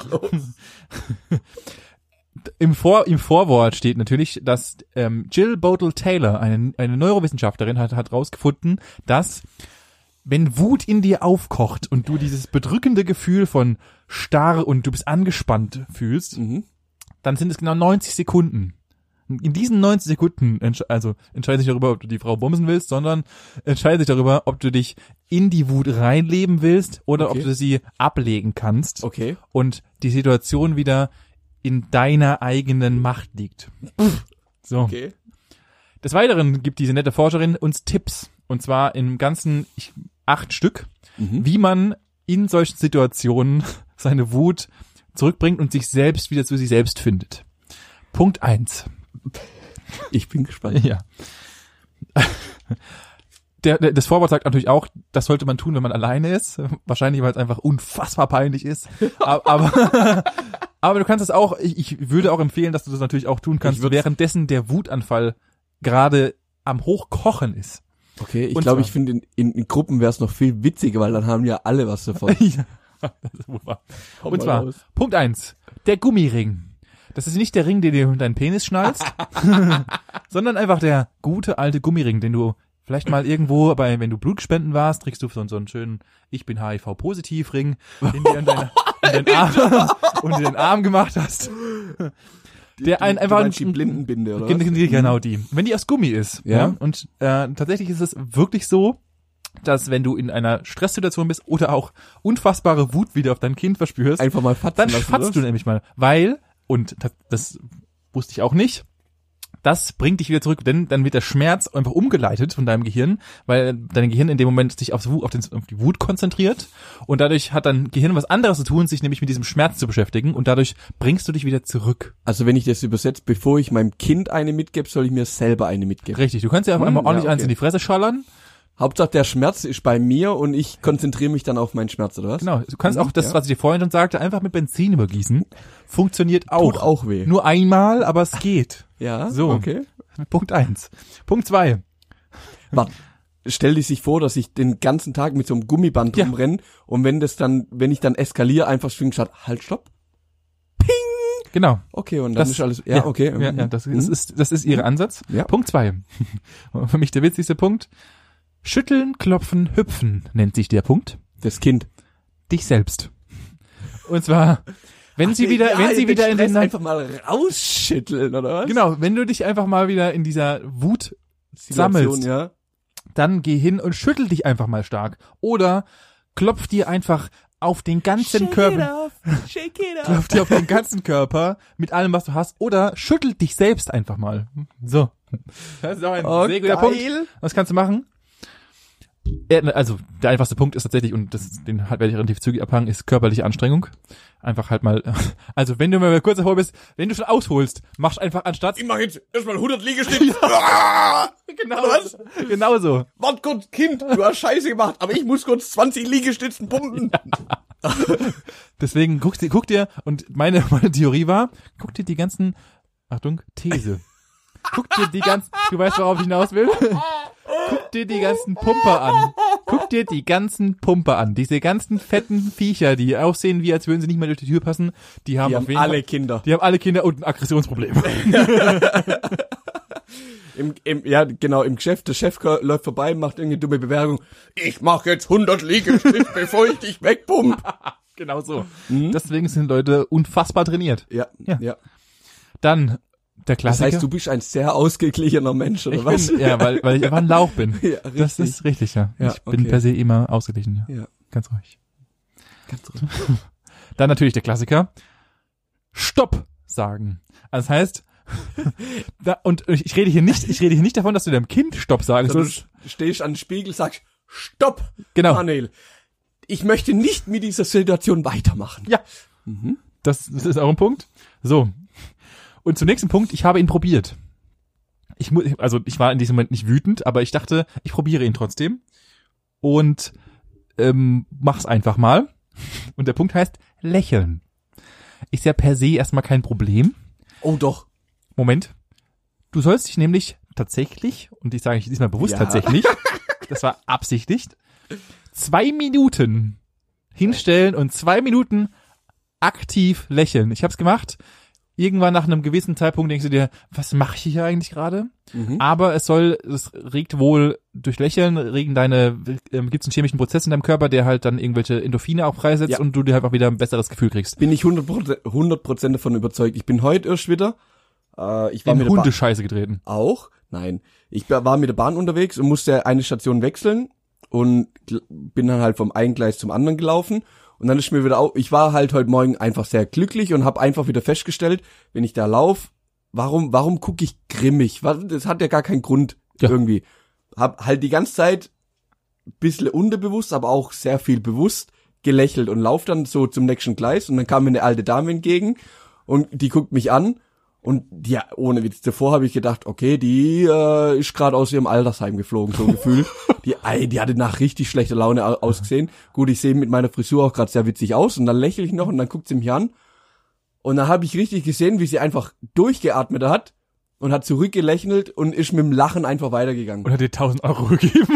Speaker 2: Im, Vor Im Vorwort steht natürlich, dass ähm, Jill Bodle Taylor, eine, eine Neurowissenschaftlerin, hat hat rausgefunden, dass wenn Wut in dir aufkocht und du dieses bedrückende Gefühl von starr und du bist angespannt fühlst,
Speaker 3: Mhm.
Speaker 2: dann sind es genau 90 Sekunden. In diesen 90 Sekunden entsch also entscheide dich darüber, ob du die Frau bumsen willst, sondern entscheide dich darüber, ob du dich in die Wut reinleben willst oder
Speaker 3: Okay.
Speaker 2: ob du sie ablegen kannst
Speaker 3: Okay.
Speaker 2: und die Situation wieder in deiner eigenen Macht liegt. So.
Speaker 3: Okay.
Speaker 2: Des Weiteren gibt diese nette Forscherin uns Tipps. Und zwar im ganzen ich, acht Stück,
Speaker 3: Mhm.
Speaker 2: wie man in solchen Situationen seine Wut zurückbringt und sich selbst wieder zu sich selbst findet. Punkt eins.
Speaker 3: Ich bin gespannt.
Speaker 2: Ja. Der, der, das Vorwort sagt natürlich auch, das sollte man tun, wenn man alleine ist. Wahrscheinlich, weil es einfach unfassbar peinlich ist. Aber, aber, aber du kannst es auch, ich, ich würde auch empfehlen, dass du das natürlich auch tun kannst,
Speaker 3: würd's-
Speaker 2: währenddessen der Wutanfall gerade am Hochkochen ist.
Speaker 3: Okay, ich
Speaker 2: Und
Speaker 3: glaube,
Speaker 2: zwar-
Speaker 3: ich finde, in, in, in Gruppen wäre es noch viel witziger, weil dann haben ja alle was davon.
Speaker 2: Ja, das ist wohl wahr.
Speaker 3: Komm
Speaker 2: Und
Speaker 3: mal
Speaker 2: zwar,
Speaker 3: raus.
Speaker 2: Punkt eins der Gummiring. Das ist nicht der Ring, den du um deinen Penis schnallst, sondern einfach der gute alte Gummiring, den du vielleicht mal irgendwo, bei, wenn du Blutspenden warst, kriegst du so, so einen schönen Ich bin HIV-Positiv-Ring, den du an deine, an den Arm, und den Arm gemacht hast. Der einen
Speaker 3: Du
Speaker 2: einfach
Speaker 3: meinst die Blindenbinde, oder?
Speaker 2: Gen-
Speaker 3: was? Mhm.
Speaker 2: gen- Genau die. Wenn die aus Gummi ist.
Speaker 3: Ja.
Speaker 2: und äh, tatsächlich ist es wirklich so, dass wenn du in einer Stresssituation bist oder auch unfassbare Wut wieder auf dein Kind verspürst,
Speaker 3: Einfach mal fatzen
Speaker 2: dann
Speaker 3: lassen,
Speaker 2: schwatzt du
Speaker 3: oder?
Speaker 2: nämlich mal. Weil, und das, das wusste ich auch nicht, das bringt dich wieder zurück, denn dann wird der Schmerz einfach umgeleitet von deinem Gehirn, weil dein Gehirn in dem Moment sich aufs, Wu- auf, den, auf die Wut konzentriert und dadurch hat dein Gehirn was anderes zu tun, sich nämlich mit diesem Schmerz zu beschäftigen und dadurch bringst du dich wieder zurück.
Speaker 3: Also wenn ich das übersetze, bevor ich meinem Kind eine mitgebe, soll ich mir selber eine mitgeben.
Speaker 2: Richtig, du kannst ja auf
Speaker 3: Hm,
Speaker 2: einmal
Speaker 3: ja,
Speaker 2: ordentlich eins
Speaker 3: okay.
Speaker 2: in die Fresse schallern.
Speaker 3: Hauptsache der Schmerz ist bei mir und ich konzentriere mich dann auf meinen Schmerz, oder was?
Speaker 2: Genau, du kannst auch das,
Speaker 3: Mhm, ja.
Speaker 2: was ich dir vorhin schon sagte, einfach mit Benzin übergießen. Funktioniert auch.
Speaker 3: Tut auch weh.
Speaker 2: Nur einmal, aber es geht.
Speaker 3: ja,
Speaker 2: So.
Speaker 3: okay.
Speaker 2: Punkt eins. Punkt zwei.
Speaker 3: Warte. Stell dich sich vor, dass ich den ganzen Tag mit so einem Gummiband
Speaker 2: Ja.
Speaker 3: rumrenne und wenn das dann, wenn ich dann eskaliere, einfach schwingen statt halt stopp.
Speaker 2: Genau.
Speaker 3: Okay, und dann
Speaker 2: Das-
Speaker 3: ist alles. Ja, okay.
Speaker 2: Ja, ja das, das,
Speaker 3: Mhm.
Speaker 2: ist, das ist ihr Ansatz.
Speaker 3: Ja.
Speaker 2: Punkt zwei. Für mich der witzigste Punkt. Schütteln, klopfen, hüpfen nennt sich der Punkt.
Speaker 3: das Kind.
Speaker 2: Dich selbst. Und zwar, wenn sie wieder,
Speaker 3: Ja,
Speaker 2: wenn sie wieder in
Speaker 3: Stress
Speaker 2: den,
Speaker 3: einfach mal rausschütteln, oder was?
Speaker 2: genau, wenn du dich einfach mal wieder in dieser Wut
Speaker 3: Situation,
Speaker 2: sammelst,
Speaker 3: ja.
Speaker 2: dann geh hin und schüttel dich einfach mal stark. Oder klopft dir einfach auf den ganzen Körper,
Speaker 1: off, shake it off.
Speaker 2: klopft dir auf den ganzen Körper mit allem, was du hast, oder schüttelt dich selbst einfach mal. So. Das ist auch ein sehr guter Punkt. Was kannst du machen? Ja, na, Also der einfachste Punkt ist tatsächlich, und das, ist- den halt werde ich relativ zügig abhangen, ist körperliche Anstrengung. Einfach halt mal, also wenn du mal kurz davor bist, wenn du schon ausholst, mach einfach anstatt.
Speaker 3: Ich mach jetzt erstmal 100 Liegestütze.
Speaker 2: Genau, genau so.
Speaker 3: Wart kurz, Kind, du hast Scheiße gemacht, aber ich muss kurz 20 Liegestützen pumpen.
Speaker 2: Deswegen guck dir, guck dir, und meine, meine Theorie war, guck dir die ganzen, Achtung, These. Guck dir die ganzen, du weißt, worauf ich hinaus will? Guck dir die ganzen Pumper an. Guck dir die ganzen Pumper an. Diese ganzen fetten Viecher, die aussehen wie, als würden sie nicht mehr durch die Tür passen, die haben,
Speaker 3: Die
Speaker 2: auf
Speaker 3: haben
Speaker 2: jeden
Speaker 3: alle
Speaker 2: Fall,
Speaker 3: Kinder.
Speaker 2: die haben alle Kinder und ein Aggressionsproblem.
Speaker 3: Im, im, ja, genau, im Geschäft, der Chef läuft vorbei, macht irgendeine dumme Bewerbung. Ich mach jetzt 100 Liegestütze, bevor ich dich wegpump.
Speaker 2: genau so. Deswegen sind Leute unfassbar trainiert.
Speaker 3: Ja,
Speaker 2: Ja.
Speaker 3: ja.
Speaker 2: Dann, der
Speaker 3: Das
Speaker 2: Klassiker.
Speaker 3: heißt, du bist ein sehr ausgeglichener Mensch, oder
Speaker 2: ich
Speaker 3: was?
Speaker 2: bin, ja, weil, weil ich einfach ein Lauch bin.
Speaker 3: Ja,
Speaker 2: Das
Speaker 3: richtig.
Speaker 2: ist richtig, ja.
Speaker 3: Ja,
Speaker 2: ich bin
Speaker 3: okay.
Speaker 2: per se immer ausgeglichen, ja.
Speaker 3: ja. Also
Speaker 2: Ganz ruhig. Dann natürlich der Klassiker. Stopp sagen. Also das heißt, da, und ich ich rede hier nicht, ich rede hier nicht davon, dass du deinem Kind Stopp sagen
Speaker 3: Also
Speaker 2: sollst.
Speaker 3: du stehst an den Spiegel, sagst, stopp,
Speaker 2: Genau.
Speaker 3: Manuel. Ich möchte nicht mit dieser Situation weitermachen.
Speaker 2: Ja. Das, das ist auch ein Punkt. So. Und zum nächsten Punkt, ich habe ihn probiert. Ich mu- also ich war in diesem Moment nicht wütend, aber ich dachte, ich probiere ihn trotzdem und ähm, mach's einfach mal. Und der Punkt heißt lächeln. Ist ja per se erstmal kein Problem.
Speaker 3: Oh doch.
Speaker 2: Moment. Du sollst dich nämlich tatsächlich, und ich sage diesmal bewusst
Speaker 3: Ja.
Speaker 2: tatsächlich, das war absichtlich, zwei Minuten hinstellen und zwei Minuten aktiv lächeln. Ich habe es gemacht. Irgendwann nach einem gewissen Zeitpunkt denkst du dir, was mache ich hier eigentlich gerade? Aber es soll, es regt wohl durch Lächeln, regen deine, ähm, gibt es einen chemischen Prozess in deinem Körper, der halt dann irgendwelche Endorphine auch freisetzt
Speaker 3: Ja.
Speaker 2: und du dir halt auch wieder ein besseres Gefühl kriegst.
Speaker 3: Bin ich 100%, 100 davon überzeugt. Ich bin heute erst wieder. Äh, ich war
Speaker 2: In
Speaker 3: mit der Ba-
Speaker 2: Hundescheiße getreten.
Speaker 3: Auch? Nein. Ich ba- war mit der Bahn unterwegs und musste eine Station wechseln und gl- bin dann halt vom einen Gleis zum anderen gelaufen. Und dann ist mir wieder auch, ich war halt heute Morgen einfach sehr glücklich und habe einfach wieder festgestellt, wenn ich da lauf, warum, warum gucke ich grimmig? Was- Das hat ja gar keinen Grund
Speaker 2: Ja.
Speaker 3: irgendwie. Hab halt die ganze Zeit bissle unterbewusst, aber auch sehr viel bewusst gelächelt und lauf dann so zum nächsten Gleis und dann kam mir eine alte Dame entgegen und die guckt mich an und ja, ohne Witz, davor habe ich gedacht, okay, die äh, ist gerade aus ihrem Altersheim geflogen, so gefühlt. Die, ey, die hatte nach richtig schlechter Laune au- ausgesehen. Gut, ich sehe mit meiner Frisur auch gerade sehr witzig aus und dann lächle ich noch und dann guckt sie mich an und dann habe ich richtig gesehen, wie sie einfach durchgeatmet hat und hat zurückgelächelt und ist mit dem Lachen einfach weitergegangen.
Speaker 2: Und hat dir 1000 Euro gegeben.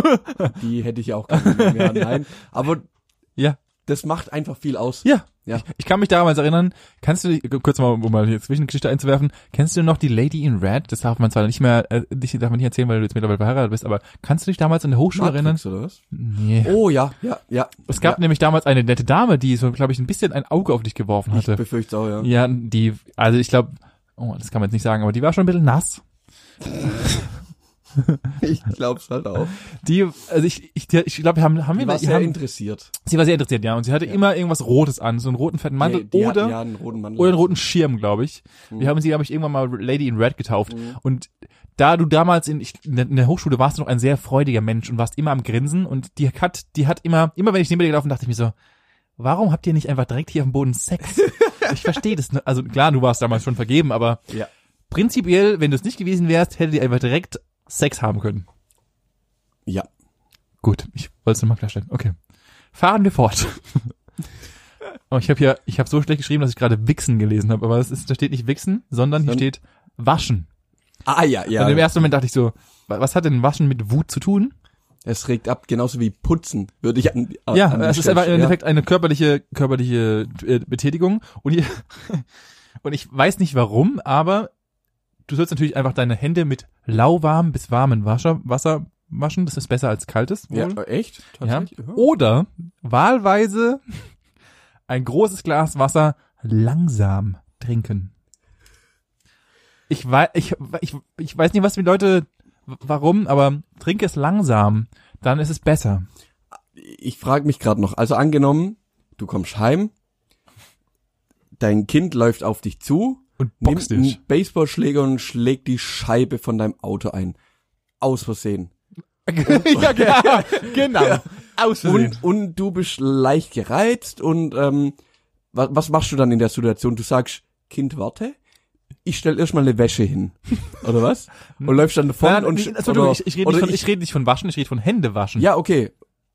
Speaker 3: Die hätte ich ja auch keine Ahnung mehr. Nein, aber
Speaker 2: Ja.
Speaker 3: das macht einfach viel aus.
Speaker 2: Ja.
Speaker 3: Ja.
Speaker 2: Ich kann mich damals erinnern, kannst du, kurz mal, um mal hier Zwischengeschichte einzuwerfen, kennst du noch die Lady in Red? Das darf man zwar nicht mehr, äh, nicht, darf man nicht erzählen, weil du jetzt mittlerweile verheiratet bist, aber kannst du dich damals in der Hochschule erinnern?
Speaker 3: Matrix, oder was?
Speaker 2: Nee.
Speaker 3: Oh ja, ja, ja.
Speaker 2: es gab nämlich damals eine nette Dame, die so, glaube ich, ein bisschen ein Auge auf dich geworfen
Speaker 3: Ich
Speaker 2: hatte.
Speaker 3: befürchte auch, ja.
Speaker 2: Ja, die, also ich glaube, oh, das kann man jetzt nicht sagen, aber die war schon ein bisschen nass.
Speaker 3: Ich glaub's halt auch.
Speaker 2: Die, also ich, ich, die- ich glaube, wir haben, haben wir,
Speaker 3: Die war
Speaker 2: wir
Speaker 3: sehr
Speaker 2: haben,
Speaker 3: interessiert.
Speaker 2: sie war sehr interessiert, ja, und sie hatte immer irgendwas Rotes an, so einen roten fetten Mantel
Speaker 3: Nee, die
Speaker 2: oder,
Speaker 3: hatten ja einen roten Mantel.
Speaker 2: oder einen roten Schirm, glaube ich. Wir haben sie, glaube ich, irgendwann mal Lady in Red getauft. Und da du damals in, ich, in der- in der Hochschule warst du noch ein sehr freudiger Mensch und warst immer am Grinsen und die hat, die hat immer, immer wenn ich neben dir gelaufen, dachte ich mir so, warum habt ihr nicht einfach direkt hier am Boden Sex? ich verstehe das. ne- Also klar, du warst damals schon vergeben, aber
Speaker 3: Ja.
Speaker 2: prinzipiell, wenn du es nicht gewesen wärst, hättet ihr einfach direkt Sex haben können.
Speaker 3: Ja.
Speaker 2: Gut, ich wollte es nochmal klarstellen. Okay. Fahren wir fort. oh, ich habe hier, ich habe so schlecht geschrieben, dass ich gerade Wichsen gelesen habe, aber es ist, da steht nicht Wichsen, sondern hier
Speaker 3: Dann-
Speaker 2: steht Waschen.
Speaker 3: Ah ja, ja.
Speaker 2: Und im ersten Moment dachte ich so, wa- was hat denn Waschen mit Wut zu tun?
Speaker 3: es regt ab, genauso wie putzen, würde ich an, an
Speaker 2: ja,
Speaker 3: Oh, an die
Speaker 2: es ist
Speaker 3: Stelle-
Speaker 2: einfach im Endeffekt eine körperliche, körperliche äh, Betätigung. Und, hier, und ich weiß nicht warum, aber du sollst natürlich einfach deine Hände mit lauwarm bis warmem Wasser, Wasser waschen. Das ist besser als kaltes.
Speaker 3: Ja,
Speaker 2: wohl.
Speaker 3: ja echt?
Speaker 2: Ja.
Speaker 3: Tatsächlich? Ja.
Speaker 2: Oder wahlweise ein großes Glas Wasser langsam trinken. Ich weiß, ich, ich, ich weiß nicht, was die Leute, warum, aber trinke es langsam, dann ist es besser.
Speaker 3: ich frage mich gerade noch, also angenommen, du kommst heim, dein Kind läuft auf dich zu,
Speaker 2: Und
Speaker 3: nimmt
Speaker 2: boxt dich.
Speaker 3: einen Baseballschläger und schlägt die Scheibe von deinem Auto ein. Aus Versehen.
Speaker 2: ja, genau. genau. Aus
Speaker 3: Und, und du bist leicht gereizt und ähm, was, was machst du dann in der Situation? Du sagst, Kind, warte, ich stell erstmal eine Wäsche hin. Oder was? Und läufst dann davon
Speaker 2: Nein, nein,
Speaker 3: und
Speaker 2: nee,
Speaker 3: sch-
Speaker 2: also,
Speaker 3: oder-
Speaker 2: du, ich, ich rede nicht,
Speaker 3: oder
Speaker 2: von- ich rede nicht von waschen, ich rede von Hände waschen.
Speaker 3: Ja, okay.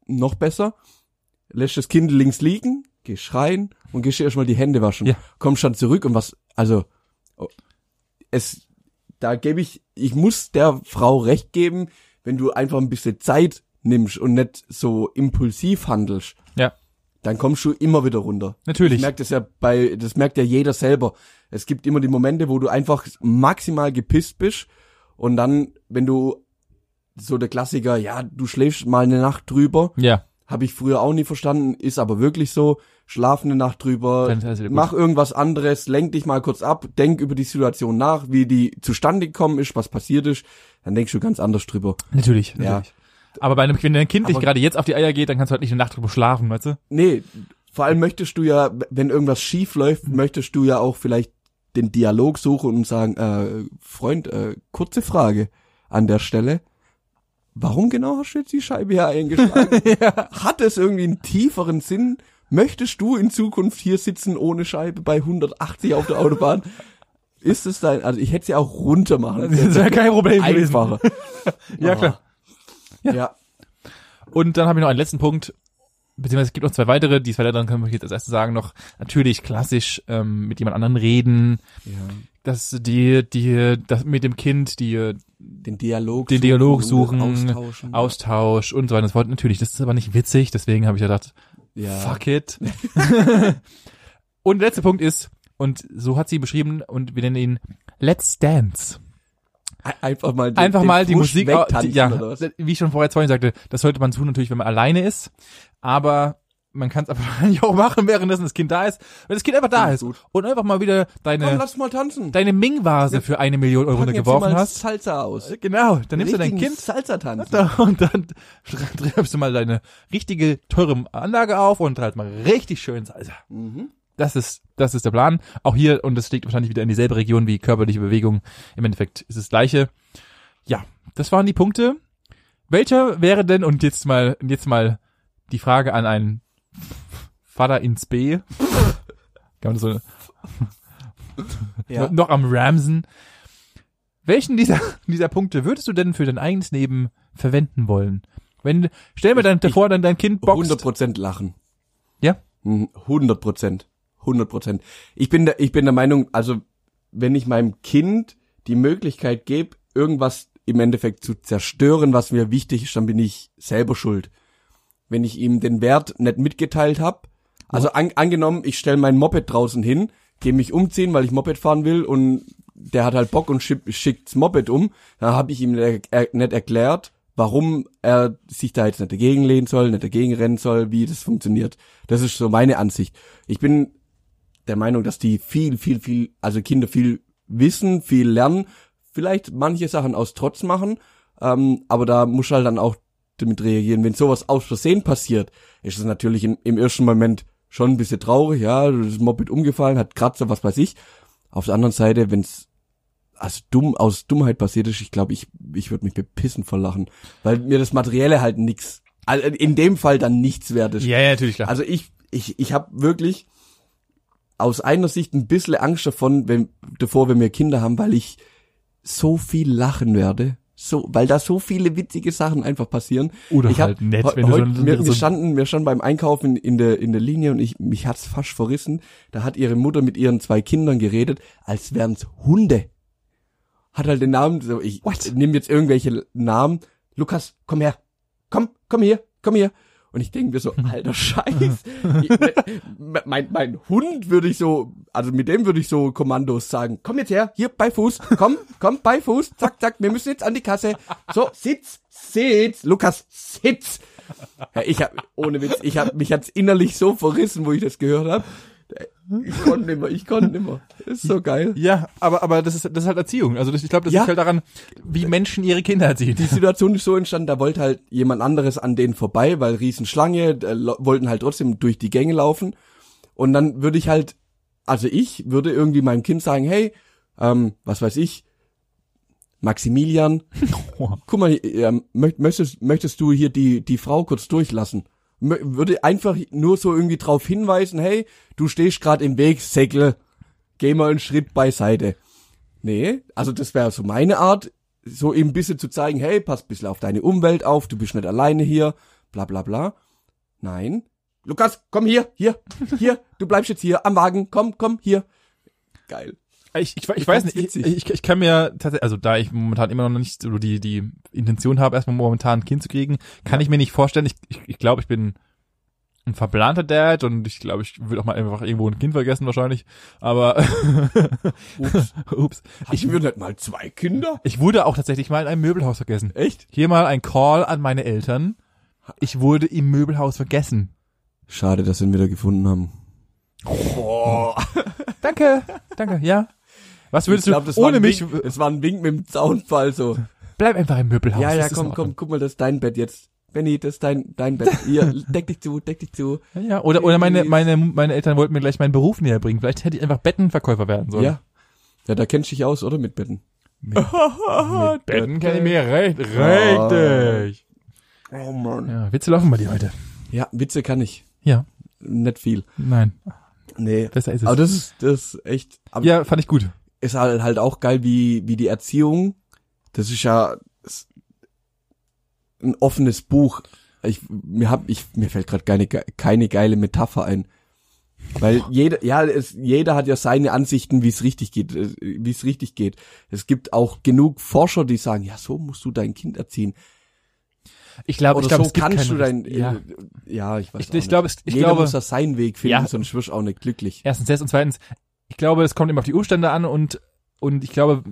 Speaker 3: Noch besser. Lässt das Kind links liegen, gehst rein und gehst dir erstmal die Hände waschen.
Speaker 2: Ja.
Speaker 3: Kommst dann zurück und was, also, oh, es, da gebe ich, ich muss der Frau recht geben, wenn du einfach ein bisschen Zeit nimmst und nicht so impulsiv handelst,
Speaker 2: ja
Speaker 3: dann kommst du immer wieder runter. Ich
Speaker 2: natürlich.
Speaker 3: merke das ja bei, das merkt ja jeder selber. Es gibt immer die Momente, wo du einfach maximal gepisst bist und dann, wenn du so der Klassiker, ja, du schläfst mal eine Nacht drüber,
Speaker 2: Ja.
Speaker 3: habe ich früher auch nie verstanden, ist aber wirklich so, schlaf eine Nacht drüber,
Speaker 2: Dann ist alles wieder gut.
Speaker 3: mach irgendwas anderes, lenk dich mal kurz ab, denk über die Situation nach, wie die zustande gekommen ist, was passiert ist, dann denkst du ganz anders drüber.
Speaker 2: Natürlich,
Speaker 3: Ja.
Speaker 2: natürlich. Aber bei einem, wenn dein Kind dich
Speaker 3: Aber-
Speaker 2: gerade jetzt auf die Eier geht, dann kannst du halt nicht eine Nacht drüber schlafen, weißt du?
Speaker 3: Nee, vor allem möchtest du ja, wenn irgendwas schief läuft, möchtest du ja auch vielleicht den Dialog suchen und sagen, äh, Freund, äh, kurze Frage an der Stelle. Warum genau hast du jetzt die Scheibe hier eingeschlagen? Hat es irgendwie einen tieferen Sinn? Möchtest du in Zukunft hier sitzen ohne Scheibe bei 180 auf der Autobahn? Ist es dein, also ich hätte sie auch runter machen
Speaker 2: Das
Speaker 3: können.
Speaker 2: ist ja kein Problem gewesen.
Speaker 3: Einfacher.
Speaker 2: Ja, klar.
Speaker 3: Ja. ja.
Speaker 2: Und dann habe ich noch einen letzten Punkt, beziehungsweise es gibt noch zwei weitere, die zwei dann können wir jetzt als erstes sagen, noch natürlich klassisch ähm, mit jemand anderen reden, dass die, die, das mit dem Kind, die
Speaker 3: Den Dialog
Speaker 2: Den Dialog suchen,
Speaker 3: austauschen.
Speaker 2: Austausch und so weiter und so fort. Natürlich, das ist aber nicht witzig, deswegen habe ich gedacht,
Speaker 3: ja.
Speaker 2: Fuck it. und der letzte Punkt ist, und so hat sie beschrieben, und wir nennen ihn Let's Dance.
Speaker 3: Einfach mal, den,
Speaker 2: Einfach
Speaker 3: den
Speaker 2: mal die
Speaker 3: Frust
Speaker 2: Musik,
Speaker 3: wegtanzen,
Speaker 2: ja,
Speaker 3: oder was?
Speaker 2: wie ich schon vorher vorhin sagte, das sollte man tun natürlich, wenn man alleine ist, aber man kann es einfach eigentlich auch machen, währenddessen das Kind da ist. Wenn das Kind einfach da
Speaker 3: Klingt
Speaker 2: ist
Speaker 3: gut.
Speaker 2: und einfach mal wieder
Speaker 3: Komm,
Speaker 2: deine,
Speaker 3: lass mal tanzen.
Speaker 2: deine Ming-Vase für eine Million Euro
Speaker 3: Packen jetzt hier
Speaker 2: runtergeworfen
Speaker 3: mal
Speaker 2: hast.
Speaker 3: Salsa aus.
Speaker 2: Genau, dann nimmst du dein
Speaker 3: Richtigen
Speaker 2: Kind
Speaker 3: Salsa tanzen.
Speaker 2: Da, und dann treibst du mal deine richtige teure Anlage auf und halt mal richtig schön Salsa.
Speaker 3: Mhm.
Speaker 2: Das ist, das ist der Plan. Auch hier, und das liegt wahrscheinlich wieder in dieselbe Region wie körperliche Bewegung. Im Endeffekt ist es das Gleiche. Ja, das waren die Punkte. Welcher wäre denn, und jetzt mal, und jetzt mal die Frage an einen Vater ins B. Kann man das so,
Speaker 3: Ja.
Speaker 2: noch am Ramsen. Welchen dieser, dieser Punkte würdest du denn für dein eigenes Leben verwenden wollen? Wenn, stell mir dann davor, dann dein Kind boxt.
Speaker 3: 100% lachen.
Speaker 2: Ja?
Speaker 3: Mhm, 100%. 100%. Ich bin der, ich bin der Meinung, also, wenn ich meinem Kind die Möglichkeit gebe, irgendwas im Endeffekt zu zerstören, was mir wichtig ist, dann bin ich selber schuld. Wenn ich ihm den Wert nicht mitgeteilt habe, also an, angenommen, ich stelle mein Moped draußen hin, gehe mich umziehen, weil ich Moped fahren will und der hat halt Bock und schick, schickt's Moped um, dann habe ich ihm er, er, nicht erklärt, warum er sich da jetzt nicht dagegen lehnen soll, nicht dagegen rennen soll, wie das funktioniert. Das ist so meine Ansicht. Ich bin der Meinung, dass die viel, viel, viel, also Kinder viel wissen, viel lernen, vielleicht manche Sachen aus Trotz machen, ähm, aber da muss halt dann auch damit reagieren. Wenn sowas aus Versehen passiert, ist es natürlich im, im ersten Moment schon ein bisschen traurig, ja, das Moped umgefallen, hat Kratzer, was weiß ich. Auf der anderen Seite, wenn es also dumm aus Dummheit passiert ist, ich glaube, ich, ich würde mich bepissen vor Lachen, weil mir das Materielle halt nix, also in dem Fall dann nichts wert ist.
Speaker 2: ja, natürlich, klar.
Speaker 3: Also ich, ich, ich habe wirklich aus einer Sicht ein bisschen Angst davon, wenn, davor, wenn wir Kinder haben, weil ich so viel lachen werde. So, weil da so viele witzige Sachen einfach passieren.
Speaker 2: Oder
Speaker 3: ich
Speaker 2: halt nett,
Speaker 3: wenn
Speaker 2: wenn du so
Speaker 3: heute,
Speaker 2: ein-
Speaker 3: wir,
Speaker 2: so
Speaker 3: wir
Speaker 2: ein-
Speaker 3: standen, wir standen beim Einkaufen in der, in der Linie und ich, mich hat's fast verrissen. Da hat ihre Mutter mit ihren zwei Kindern geredet, als wären's Hunde. Hat halt den Namen, so, ich
Speaker 2: What?
Speaker 3: nehme jetzt irgendwelche Namen. Lukas, komm her. Komm, komm hier, komm hier. Und ich denke mir so, alter Scheiß. Ich, mein- mein, mein Hund würde ich so, also mit dem würde ich so Kommandos sagen. Komm jetzt her, hier, bei Fuß. Komm, komm, bei Fuß. Zack, zack, wir müssen jetzt an die Kasse. So, sitz, sitz. Lukas, sitz. Ja, ich hab, ohne Witz, ich hab, mich hat's innerlich so verrissen, wo ich das gehört habe. Ich konnte nimmer, ich konnte nimmer. Ist so geil.
Speaker 2: Ja, aber, aber das ist, das ist halt Erziehung. Also das, ich glaube, das
Speaker 3: Ja.
Speaker 2: liegt halt daran, wie Menschen ihre Kinder erziehen.
Speaker 3: Die Situation ist so entstanden, da wollte halt jemand anderes an denen vorbei, weil Riesenschlange, äh, lo- wollten halt trotzdem durch die Gänge laufen. Und dann würde ich halt, also ich würde irgendwie meinem Kind sagen, hey, ähm, was weiß ich, Maximilian, guck mal, äh, möcht- möchtest, möchtest du hier die, die Frau kurz durchlassen? Mö- Würde einfach nur so irgendwie drauf hinweisen, hey, du stehst gerade im Weg, Säckel, geh mal einen Schritt beiseite. Nee, also das wäre so meine Art, so eben ein bisschen zu zeigen, hey, pass ein bisschen auf deine Umwelt auf, du bist nicht alleine hier, bla bla bla. Nein. Lukas, komm hier, hier, hier, du bleibst jetzt hier am Wagen, komm, komm, hier. Geil.
Speaker 2: Ich, ich, ich
Speaker 3: Ich
Speaker 2: weiß
Speaker 3: fand's
Speaker 2: nicht, ich,
Speaker 3: witzig.
Speaker 2: ich, ich kann mir tatsächlich, also da ich momentan immer noch nicht so die, die Intention habe, erstmal momentan ein Kind zu kriegen, kann ich mir nicht vorstellen. Ich, ich, ich glaube, ich bin ein verplanter Dad und ich glaube, ich würde auch mal einfach irgendwo ein Kind vergessen wahrscheinlich. Aber
Speaker 3: Ups.
Speaker 2: ups.
Speaker 3: Ich würde halt mal zwei Kinder.
Speaker 2: Ich wurde auch tatsächlich mal in einem Möbelhaus vergessen.
Speaker 3: Echt?
Speaker 2: Hier mal ein Call an meine Eltern. Ich wurde im Möbelhaus vergessen.
Speaker 3: Schade, dass wir ihn wieder gefunden haben.
Speaker 2: Danke, danke, ja. Was würdest
Speaker 3: ich glaub, das
Speaker 2: du ohne mich?
Speaker 3: Wink, es war ein Wink mit dem Zaunfall so.
Speaker 2: Bleib einfach im Möbelhaus.
Speaker 3: ja,
Speaker 2: das
Speaker 3: ja,
Speaker 2: ist in
Speaker 3: komm,
Speaker 2: Ordnung.
Speaker 3: komm, guck mal, das ist dein Bett jetzt. Benny, das ist dein dein Bett. Hier, deck dich zu, deck dich zu.
Speaker 2: Ja, oder, oder meine, meine, meine Eltern wollten mir gleich meinen Beruf näher bringen. Vielleicht hätte ich einfach Bettenverkäufer werden sollen.
Speaker 3: Ja. Ja, da kennst du dich aus, oder mit Betten?
Speaker 2: Mit, mit Betten kann ich mir recht,
Speaker 3: Ah.
Speaker 2: richtig.
Speaker 3: Oh Mann.
Speaker 2: Ja, Witze laufen bei dir heute.
Speaker 3: Ja, Witze kann ich.
Speaker 2: Ja,
Speaker 3: Nicht viel.
Speaker 2: nein,
Speaker 3: Nee.
Speaker 2: besser ist es.
Speaker 3: Aber das ist das ist echt. Aber
Speaker 2: ja, fand ich gut.
Speaker 3: ist halt, halt auch geil, wie wie die Erziehung. Das ist ja s- ein offenes Buch. Ich mir hab ich mir fällt gerade keine ge- keine geile Metapher ein. Weil jeder, ja, es, jeder hat ja seine Ansichten, wie es richtig geht, äh, wie es richtig geht. Es gibt auch genug Forscher, die sagen, ja, so musst du dein Kind erziehen.
Speaker 2: Ich glaube,
Speaker 3: Oder
Speaker 2: ich glaube,
Speaker 3: so
Speaker 2: es gibt
Speaker 3: kannst du
Speaker 2: keinen-
Speaker 3: dein,
Speaker 2: ja.
Speaker 3: ja, ja ich weiß auch
Speaker 2: Ich, ich
Speaker 3: nicht.
Speaker 2: glaube, es- ich
Speaker 3: jeder
Speaker 2: glaube,
Speaker 3: muss da seinen Weg finden,
Speaker 2: Ja.
Speaker 3: sonst wirst du auch nicht glücklich.
Speaker 2: erstens das und zweitens, ich glaube, es kommt immer auf die Umstände an und und ich glaube,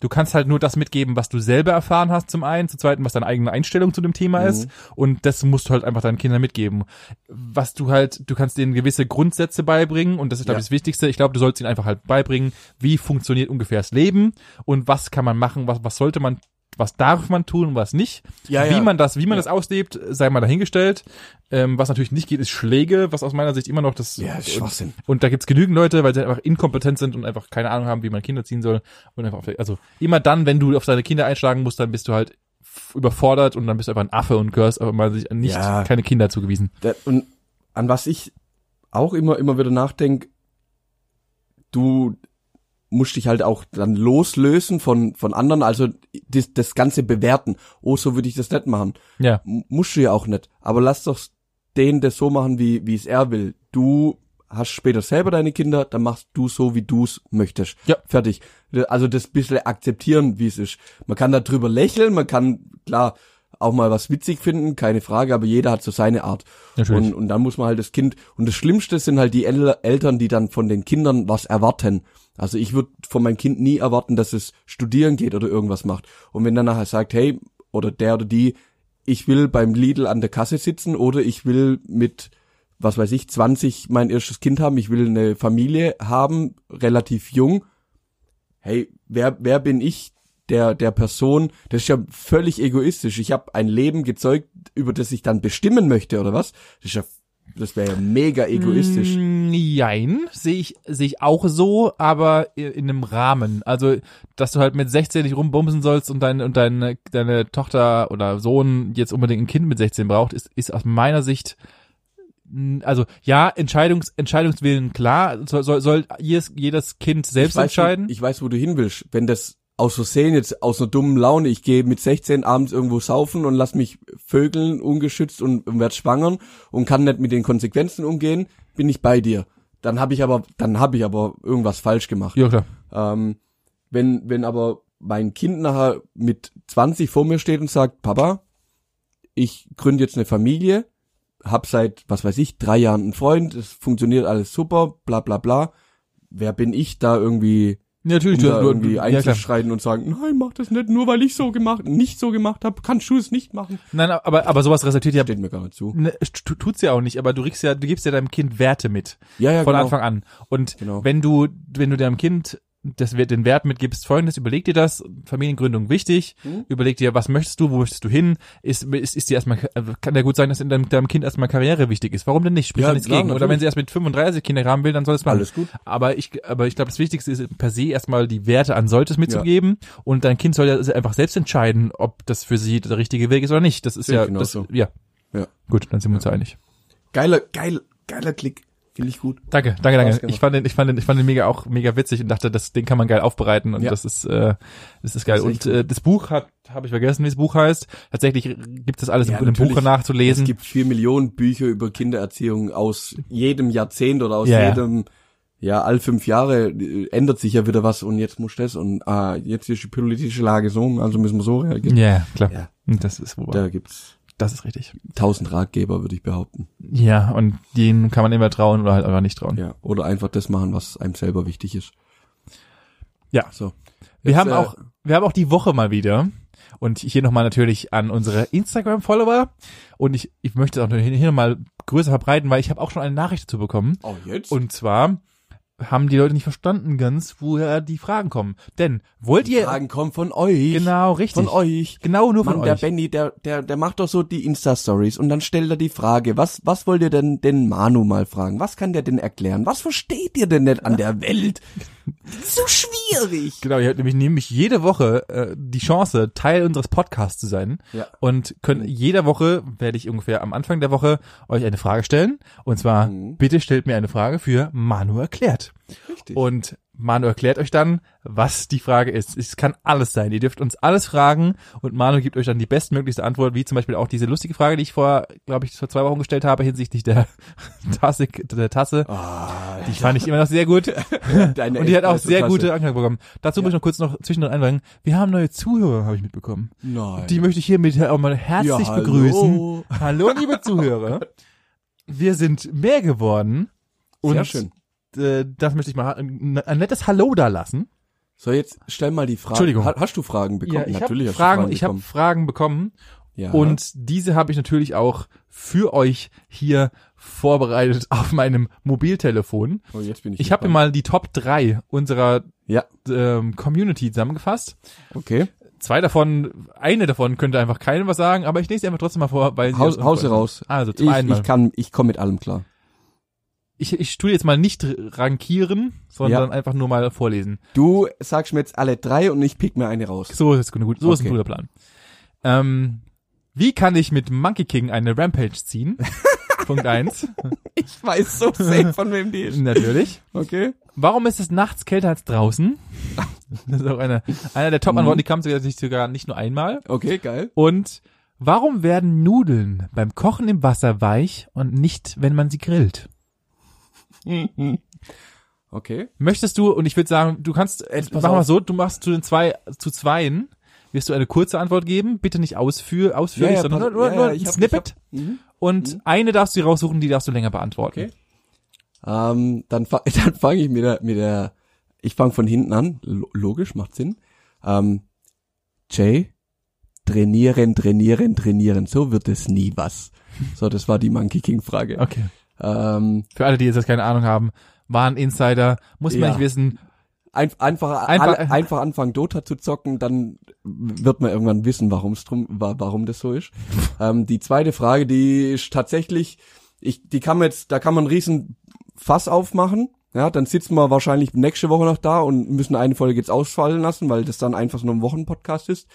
Speaker 2: du kannst halt nur das mitgeben, was du selber erfahren hast zum einen, zum zweiten, was deine eigene Einstellung zu dem Thema
Speaker 3: Mhm.
Speaker 2: ist und das musst du halt einfach deinen Kindern mitgeben. Was du halt, du kannst denen gewisse Grundsätze beibringen und das ist glaube ich
Speaker 3: Ja.
Speaker 2: das Wichtigste. Ich glaube, du sollst ihnen einfach halt beibringen, wie funktioniert ungefähr das Leben und was kann man machen, was was sollte man, was darf man tun und was nicht.
Speaker 3: Ja,
Speaker 2: wie
Speaker 3: ja.
Speaker 2: man das, wie man
Speaker 3: Ja.
Speaker 2: das auslebt, sei mal dahingestellt. Ähm, was natürlich nicht geht, ist Schläge, was aus meiner Sicht immer noch das
Speaker 3: Ja, ist Schwachsinn.
Speaker 2: und da gibt's genügend Leute, weil sie einfach inkompetent sind und einfach keine Ahnung haben, wie man Kinder ziehen soll. Und einfach auf der, also immer dann, wenn du auf deine Kinder einschlagen musst, dann bist du halt f- überfordert und dann bist du einfach ein Affe und gehörst aber mal sich nicht
Speaker 3: Ja.
Speaker 2: keine Kinder zugewiesen.
Speaker 3: Da, und an was ich auch immer, immer wieder nachdenke, du musst dich halt auch dann loslösen von, von anderen, also das, das Ganze bewerten. Oh, so würde ich das nicht machen.
Speaker 2: Ja,
Speaker 3: M musst du ja auch nicht. Aber lass doch den das so machen, wie, wie es er will. Du hast später selber deine Kinder, dann machst du so, wie du es möchtest.
Speaker 2: Ja.
Speaker 3: Fertig. Also das bisschen akzeptieren, wie es ist. Man kann da drüber lächeln, man kann, klar, auch mal was witzig finden, keine Frage, aber jeder hat so seine Art.
Speaker 2: natürlich.
Speaker 3: Und, und dann muss man halt das Kind, und das Schlimmste sind halt die El Eltern, die dann von den Kindern was erwarten. Also ich würde von meinem Kind nie erwarten, dass es studieren geht oder irgendwas macht. Und wenn dann nachher sagt, hey, oder der oder die, ich will beim Lidl an der Kasse sitzen oder ich will mit, was weiß ich, 20 mein erstes Kind haben, ich will eine Familie haben, relativ jung. Hey, wer, wer bin ich, der, der Person, das ist ja völlig egoistisch. Ich habe ein Leben gezeugt, über das ich dann bestimmen möchte, oder was? Das ist ja, das wäre ja mega egoistisch.
Speaker 2: Mm, Jein, sehe ich, sehe ich auch so, aber i- in einem Rahmen. Also, dass du halt mit 16 nicht rumbumsen sollst und dein, und deine, deine Tochter oder Sohn jetzt unbedingt ein Kind mit 16 braucht, ist, ist aus meiner Sicht, mm, also, ja, Entscheidungs, Entscheidungswillen klar, soll, soll, soll jedes, jedes Kind selbst
Speaker 3: ich weiß,
Speaker 2: entscheiden.
Speaker 3: Wo, ich weiß, wo du hin willst. Wenn das aus Versehen jetzt, aus einer dummen Laune, ich gehe mit 16 abends irgendwo saufen und lass mich vögeln, ungeschützt und, und werd schwangern und kann nicht mit den Konsequenzen umgehen, bin ich bei dir. Dann habe ich aber, dann habe ich aber irgendwas falsch gemacht.
Speaker 2: ja, klar.
Speaker 3: Ähm, wenn, wenn aber mein Kind nachher mit 20 vor mir steht und sagt, Papa, ich gründe jetzt eine Familie, hab seit, was weiß ich, drei Jahren einen Freund, es funktioniert alles super, bla bla bla. Wer bin ich da irgendwie
Speaker 2: Natürlich,
Speaker 3: um
Speaker 2: du,
Speaker 3: da
Speaker 2: du,
Speaker 3: irgendwie
Speaker 2: du, ja, klar.
Speaker 3: einzuschreiten und sagen, nein, mach das nicht, nur weil ich so gemacht, nicht so gemacht habe, kannst du es nicht machen.
Speaker 2: Nein, aber, aber sowas resultiert ja,
Speaker 3: Steht mir gar nicht zu.
Speaker 2: ne, tu- tut's ja auch nicht, aber du riechst ja, du gibst ja deinem Kind Werte mit.
Speaker 3: Ja, ja,
Speaker 2: von
Speaker 3: genau.
Speaker 2: Anfang an. Und
Speaker 3: Genau.
Speaker 2: wenn du, wenn du deinem Kind das, Wert- den Wert mitgibst, folgendes, überleg dir das, Familiengründung wichtig,
Speaker 3: Mhm.
Speaker 2: überleg dir, was möchtest du, wo möchtest du hin, ist, ist, ist dir erstmal, äh, kann ja gut sein, dass in deinem, deinem Kind erstmal Karriere wichtig ist, warum denn nicht, sprich
Speaker 3: Ja,
Speaker 2: da nichts
Speaker 3: klar,
Speaker 2: gegen, oder
Speaker 3: natürlich.
Speaker 2: wenn sie erst mit 35 Kinder haben will, dann soll es machen.
Speaker 3: Alles gut.
Speaker 2: Aber ich, aber ich glaube, das Wichtigste ist per se erstmal die Werte an Solltes mitzugeben und dein Kind soll ja einfach selbst entscheiden, ob das für sie der richtige Weg ist oder nicht, das ist
Speaker 3: Sehe
Speaker 2: ja,
Speaker 3: ich
Speaker 2: das,
Speaker 3: genauso.
Speaker 2: ja,
Speaker 3: Ja.
Speaker 2: gut, dann sind wir uns einig.
Speaker 3: Geiler, geil, geiler Klick. Finde ich gut.
Speaker 2: Danke,
Speaker 3: Spaß
Speaker 2: danke, danke.
Speaker 3: gemacht.
Speaker 2: Ich fand den, ich fand den, ich fand den mega auch mega witzig und dachte, das, den kann man geil aufbereiten und
Speaker 3: Ja.
Speaker 2: das ist, äh, das ist geil.
Speaker 3: Das ist echt
Speaker 2: und äh, das Buch hat, habe ich vergessen, wie das Buch heißt. Tatsächlich gibt es alles
Speaker 3: Ja,
Speaker 2: in einem Buch
Speaker 3: natürlich. Es
Speaker 2: nachzulesen.
Speaker 3: gibt vier Millionen Bücher über Kindererziehung aus jedem Jahrzehnt oder aus
Speaker 2: Ja, ja.
Speaker 3: jedem, ja, all fünf Jahre äh, ändert sich ja wieder was und jetzt muss das und ah, jetzt ist die politische Lage so, also müssen wir so reagieren.
Speaker 2: Ja, klar.
Speaker 3: Ja.
Speaker 2: Und Das ist wohl.
Speaker 3: Da gibt's
Speaker 2: Das ist richtig.
Speaker 3: tausend Ratgeber, würde ich behaupten.
Speaker 2: Ja, und denen kann man immer trauen oder halt einfach nicht trauen.
Speaker 3: Ja. Oder einfach das machen, was einem selber wichtig ist.
Speaker 2: Ja.
Speaker 3: So.
Speaker 2: Wir
Speaker 3: Jetzt,
Speaker 2: haben
Speaker 3: äh,
Speaker 2: auch, wir haben auch die Woche mal wieder. Und hier nochmal natürlich an unsere Instagram-Follower. Und ich, ich möchte es auch hier hier nochmal größer verbreiten, weil ich habe auch schon eine Nachricht dazu bekommen.
Speaker 3: Oh, jetzt?
Speaker 2: Und zwar haben die Leute nicht verstanden ganz, woher die Fragen kommen. Denn wollt ihr
Speaker 3: Fragen kommen von euch.
Speaker 2: genau richtig
Speaker 3: Von euch.
Speaker 2: genau nur von
Speaker 3: Mann, der
Speaker 2: euch.
Speaker 3: Benny, der, der, der macht doch so die Insta-Stories und dann stellt er die Frage, was, was wollt ihr denn den Manu mal fragen? Was kann der denn erklären? Was versteht ihr denn nicht an der Welt? So schwierig.
Speaker 2: Genau, ihr habt nämlich, nämlich jede Woche äh, die Chance, Teil unseres Podcasts zu sein.
Speaker 3: Ja.
Speaker 2: Und könnt jeder Woche, werde ich ungefähr am Anfang der Woche, euch eine Frage stellen. Und zwar, bitte stellt mir eine Frage für Manu erklärt.
Speaker 3: Richtig.
Speaker 2: Und Manu erklärt euch dann, was die Frage ist. Es kann alles sein. Ihr dürft uns alles fragen und Manu gibt euch dann die bestmöglichste Antwort, wie zum Beispiel auch diese lustige Frage, die ich vor, glaube ich, vor zwei Wochen gestellt habe hinsichtlich der Tasse. Der Tasse. die fand ich immer noch sehr gut.
Speaker 3: Ah, Deine
Speaker 2: Und die hat auch
Speaker 3: Espresso-Tasse.
Speaker 2: sehr gute Anklang bekommen. Dazu muss ich noch kurz noch zwischendrin einbringen. Wir haben neue Zuhörer, habe ich mitbekommen.
Speaker 3: Nein.
Speaker 2: Die möchte ich hiermit auch mal herzlich
Speaker 3: Ja, hallo.
Speaker 2: begrüßen. Hallo, liebe Zuhörer. Wir sind mehr geworden.
Speaker 3: Sehr
Speaker 2: und
Speaker 3: schön.
Speaker 2: äh, das möchte ich mal ein ein nettes Hallo da lassen.
Speaker 3: So, jetzt stell mal die Frage.
Speaker 2: Entschuldigung.
Speaker 3: Ha- Hast du Fragen bekommen?
Speaker 2: ich habe
Speaker 3: Natürlich
Speaker 2: Fragen,
Speaker 3: hast du Fragen
Speaker 2: ich habe
Speaker 3: bekommen.
Speaker 2: Fragen bekommen
Speaker 3: Ja.
Speaker 2: und diese habe ich natürlich auch für euch hier vorbereitet auf meinem Mobiltelefon.
Speaker 3: oh, jetzt bin ich
Speaker 2: Ich habe mir
Speaker 3: gespannt.
Speaker 2: mal die Top 3 unserer
Speaker 3: Ja,
Speaker 2: ähm, Community zusammengefasst.
Speaker 3: okay.
Speaker 2: Zwei davon, eine davon könnte einfach keinem was sagen, aber ich lese sie einfach trotzdem mal vor, weil sie
Speaker 3: Haus,
Speaker 2: aus-
Speaker 3: Haus raus.
Speaker 2: Also
Speaker 3: Ich,
Speaker 2: zum einen, mal.
Speaker 3: ich kann, ich komme mit allem klar.
Speaker 2: ich, ich tue jetzt mal nicht rankieren, sondern einfach nur mal vorlesen.
Speaker 3: Du sagst mir jetzt alle drei und ich pick mir eine raus.
Speaker 2: So ist es gut. So ist ein
Speaker 3: Okay.
Speaker 2: guter Plan. Ähm, wie kann ich mit Monkey King eine Rampage ziehen? Punkt eins
Speaker 3: Ich weiß so safe, von wem die
Speaker 2: Natürlich.
Speaker 3: Okay.
Speaker 2: Warum ist es nachts kälter als draußen? Das ist auch eine, einer der Top-Antworten, die kam sogar nicht, sogar nicht nur einmal.
Speaker 3: Okay, geil.
Speaker 2: Und warum werden Nudeln beim Kochen im Wasser weich und nicht, wenn man sie grillt?
Speaker 3: Okay.
Speaker 2: Möchtest du, und ich würde sagen, du kannst, äh,
Speaker 3: Also, pass
Speaker 2: mach mal
Speaker 3: auf.
Speaker 2: so, du machst zu den zwei, zu zweien, wirst du eine kurze Antwort geben, bitte nicht ausführ, ausführlich,
Speaker 3: Ja, ja,
Speaker 2: sondern
Speaker 3: pass-
Speaker 2: nur, nur,
Speaker 3: ja, ja,
Speaker 2: nur
Speaker 3: ich
Speaker 2: ein
Speaker 3: hab- Hm?
Speaker 2: Snippet. Und eine darfst du dir raussuchen, die darfst du länger beantworten.
Speaker 3: Okay. Ähm, dann fa dann fange ich mit der, mit der, ich fange von hinten an. Lo- logisch, macht Sinn. Ähm, Jay, trainieren, trainieren, trainieren. So wird es nie was. So, das war die Monkey King Frage.
Speaker 2: Okay.
Speaker 3: Ähm,
Speaker 2: Für alle, die jetzt keine Ahnung haben, war ein Insider, muss man
Speaker 3: Ja.
Speaker 2: nicht wissen.
Speaker 3: ein einfach,
Speaker 2: Einfach-
Speaker 3: einfach, alle, einfach anfangen Dota zu zocken, dann wird man irgendwann wissen, warum es drum, wa warum das so ist. ähm, die zweite Frage, die ist tatsächlich, ich, die kann man jetzt, da kann man einen riesen Fass aufmachen. Ja, dann sitzen wir wahrscheinlich nächste Woche noch da und müssen eine Folge jetzt ausfallen lassen, weil das dann einfach nur ein Wochenpodcast ist.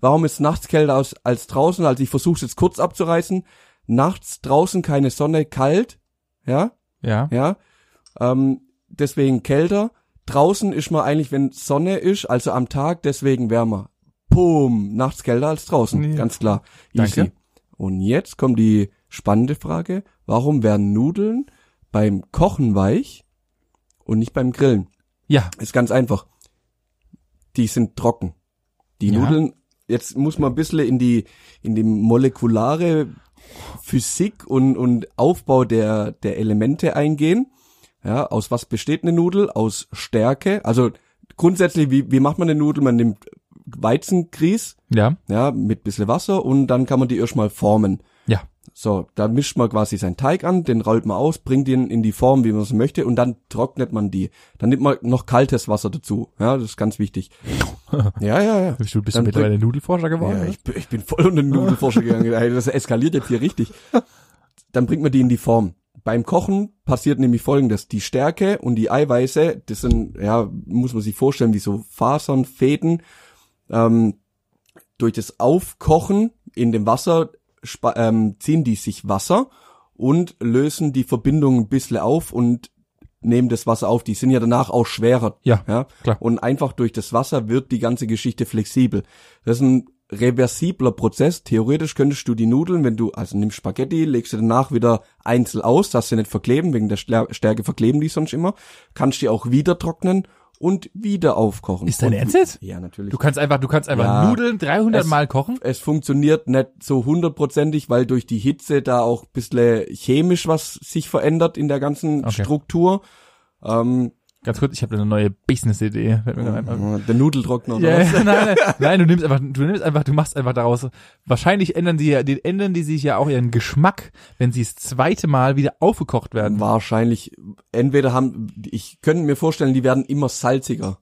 Speaker 3: Warum ist nachts kälter als, als draußen? Also ich versuche es jetzt kurz abzureißen. Nachts draußen keine Sonne, kalt. Ja,
Speaker 2: Ja.
Speaker 3: ja. Ähm, deswegen kälter. Draußen ist man eigentlich, wenn Sonne ist, also am Tag, deswegen wärmer. Boom, nachts kälter als draußen,
Speaker 2: Ja.
Speaker 3: ganz klar.
Speaker 2: Danke.
Speaker 3: Und jetzt kommt die spannende Frage, warum werden Nudeln beim Kochen weich und nicht beim Grillen?
Speaker 2: Ja.
Speaker 3: Ist ganz einfach. Die sind trocken. Die
Speaker 2: Ja.
Speaker 3: Nudeln, jetzt muss man ein bisschen in die, in die molekulare Physik und, und Aufbau der, der Elemente eingehen. Ja, aus was besteht eine Nudel? Aus Stärke. Also grundsätzlich, wie, wie macht man eine Nudel? Man nimmt Weizengrieß,
Speaker 2: Ja,
Speaker 3: ja, mit bissle Wasser und dann kann man die erstmal formen.
Speaker 2: Ja.
Speaker 3: So, da mischt man quasi seinen Teig an, den rollt man aus, bringt ihn in die Form, wie man es möchte, und dann trocknet man die. Dann nimmt man noch kaltes Wasser dazu. Ja, das ist ganz wichtig. ja, ja, ja.
Speaker 2: du bist
Speaker 3: Dann
Speaker 2: mittlerweile Nudelforscher geworden.
Speaker 3: Ja,
Speaker 2: oder?
Speaker 3: ich, bin- ich bin voll unter den Nudelforscher gegangen. Ey, Das eskaliert jetzt hier richtig. Dann bringt man die in die Form. Beim Kochen passiert nämlich folgendes. Die Stärke und die Eiweiße, das sind, ja, muss man sich vorstellen, wie so Fasern, Fäden. Ähm, durch das Aufkochen in dem Wasser spa- ähm, ziehen die sich Wasser und lösen die Verbindung ein bisschen auf und nehmen das Wasser auf. Die sind ja danach auch schwerer.
Speaker 2: Ja,
Speaker 3: ja?
Speaker 2: klar.
Speaker 3: Und einfach durch das Wasser wird die ganze Geschichte flexibel. Das ist ein reversibler Prozess. Theoretisch könntest du die Nudeln, wenn du, also nimmst Spaghetti, legst du danach wieder einzeln aus, dass sie nicht verkleben, wegen der Stär- Stärke verkleben die sonst immer, kannst die auch wieder trocknen und wieder aufkochen.
Speaker 2: Ist dein
Speaker 3: Und-
Speaker 2: Ernst jetzt?
Speaker 3: Ja, natürlich.
Speaker 2: Du kannst einfach, du kannst einfach
Speaker 3: Ja.
Speaker 2: Nudeln 300
Speaker 3: Es-
Speaker 2: Mal kochen.
Speaker 3: es funktioniert nicht so hundertprozentig, weil durch die Hitze da auch ein bisschen chemisch was sich verändert in der ganzen
Speaker 2: Okay.
Speaker 3: Struktur. Ähm,
Speaker 2: Ganz kurz, ich habe eine neue Business-Idee. Fällt mir
Speaker 3: Mhm.
Speaker 2: gerade ein.
Speaker 3: der Nudeltrockner oder
Speaker 2: also Ja,
Speaker 3: was?
Speaker 2: ja, nein, nein, nein, du nimmst einfach, du nimmst einfach, du machst einfach daraus. Wahrscheinlich ändern die, ja- die ändern die sich ja auch ihren Geschmack, wenn sie das zweite Mal wieder aufgekocht werden.
Speaker 3: Wahrscheinlich, entweder haben, ich könnte mir vorstellen, die werden immer salziger.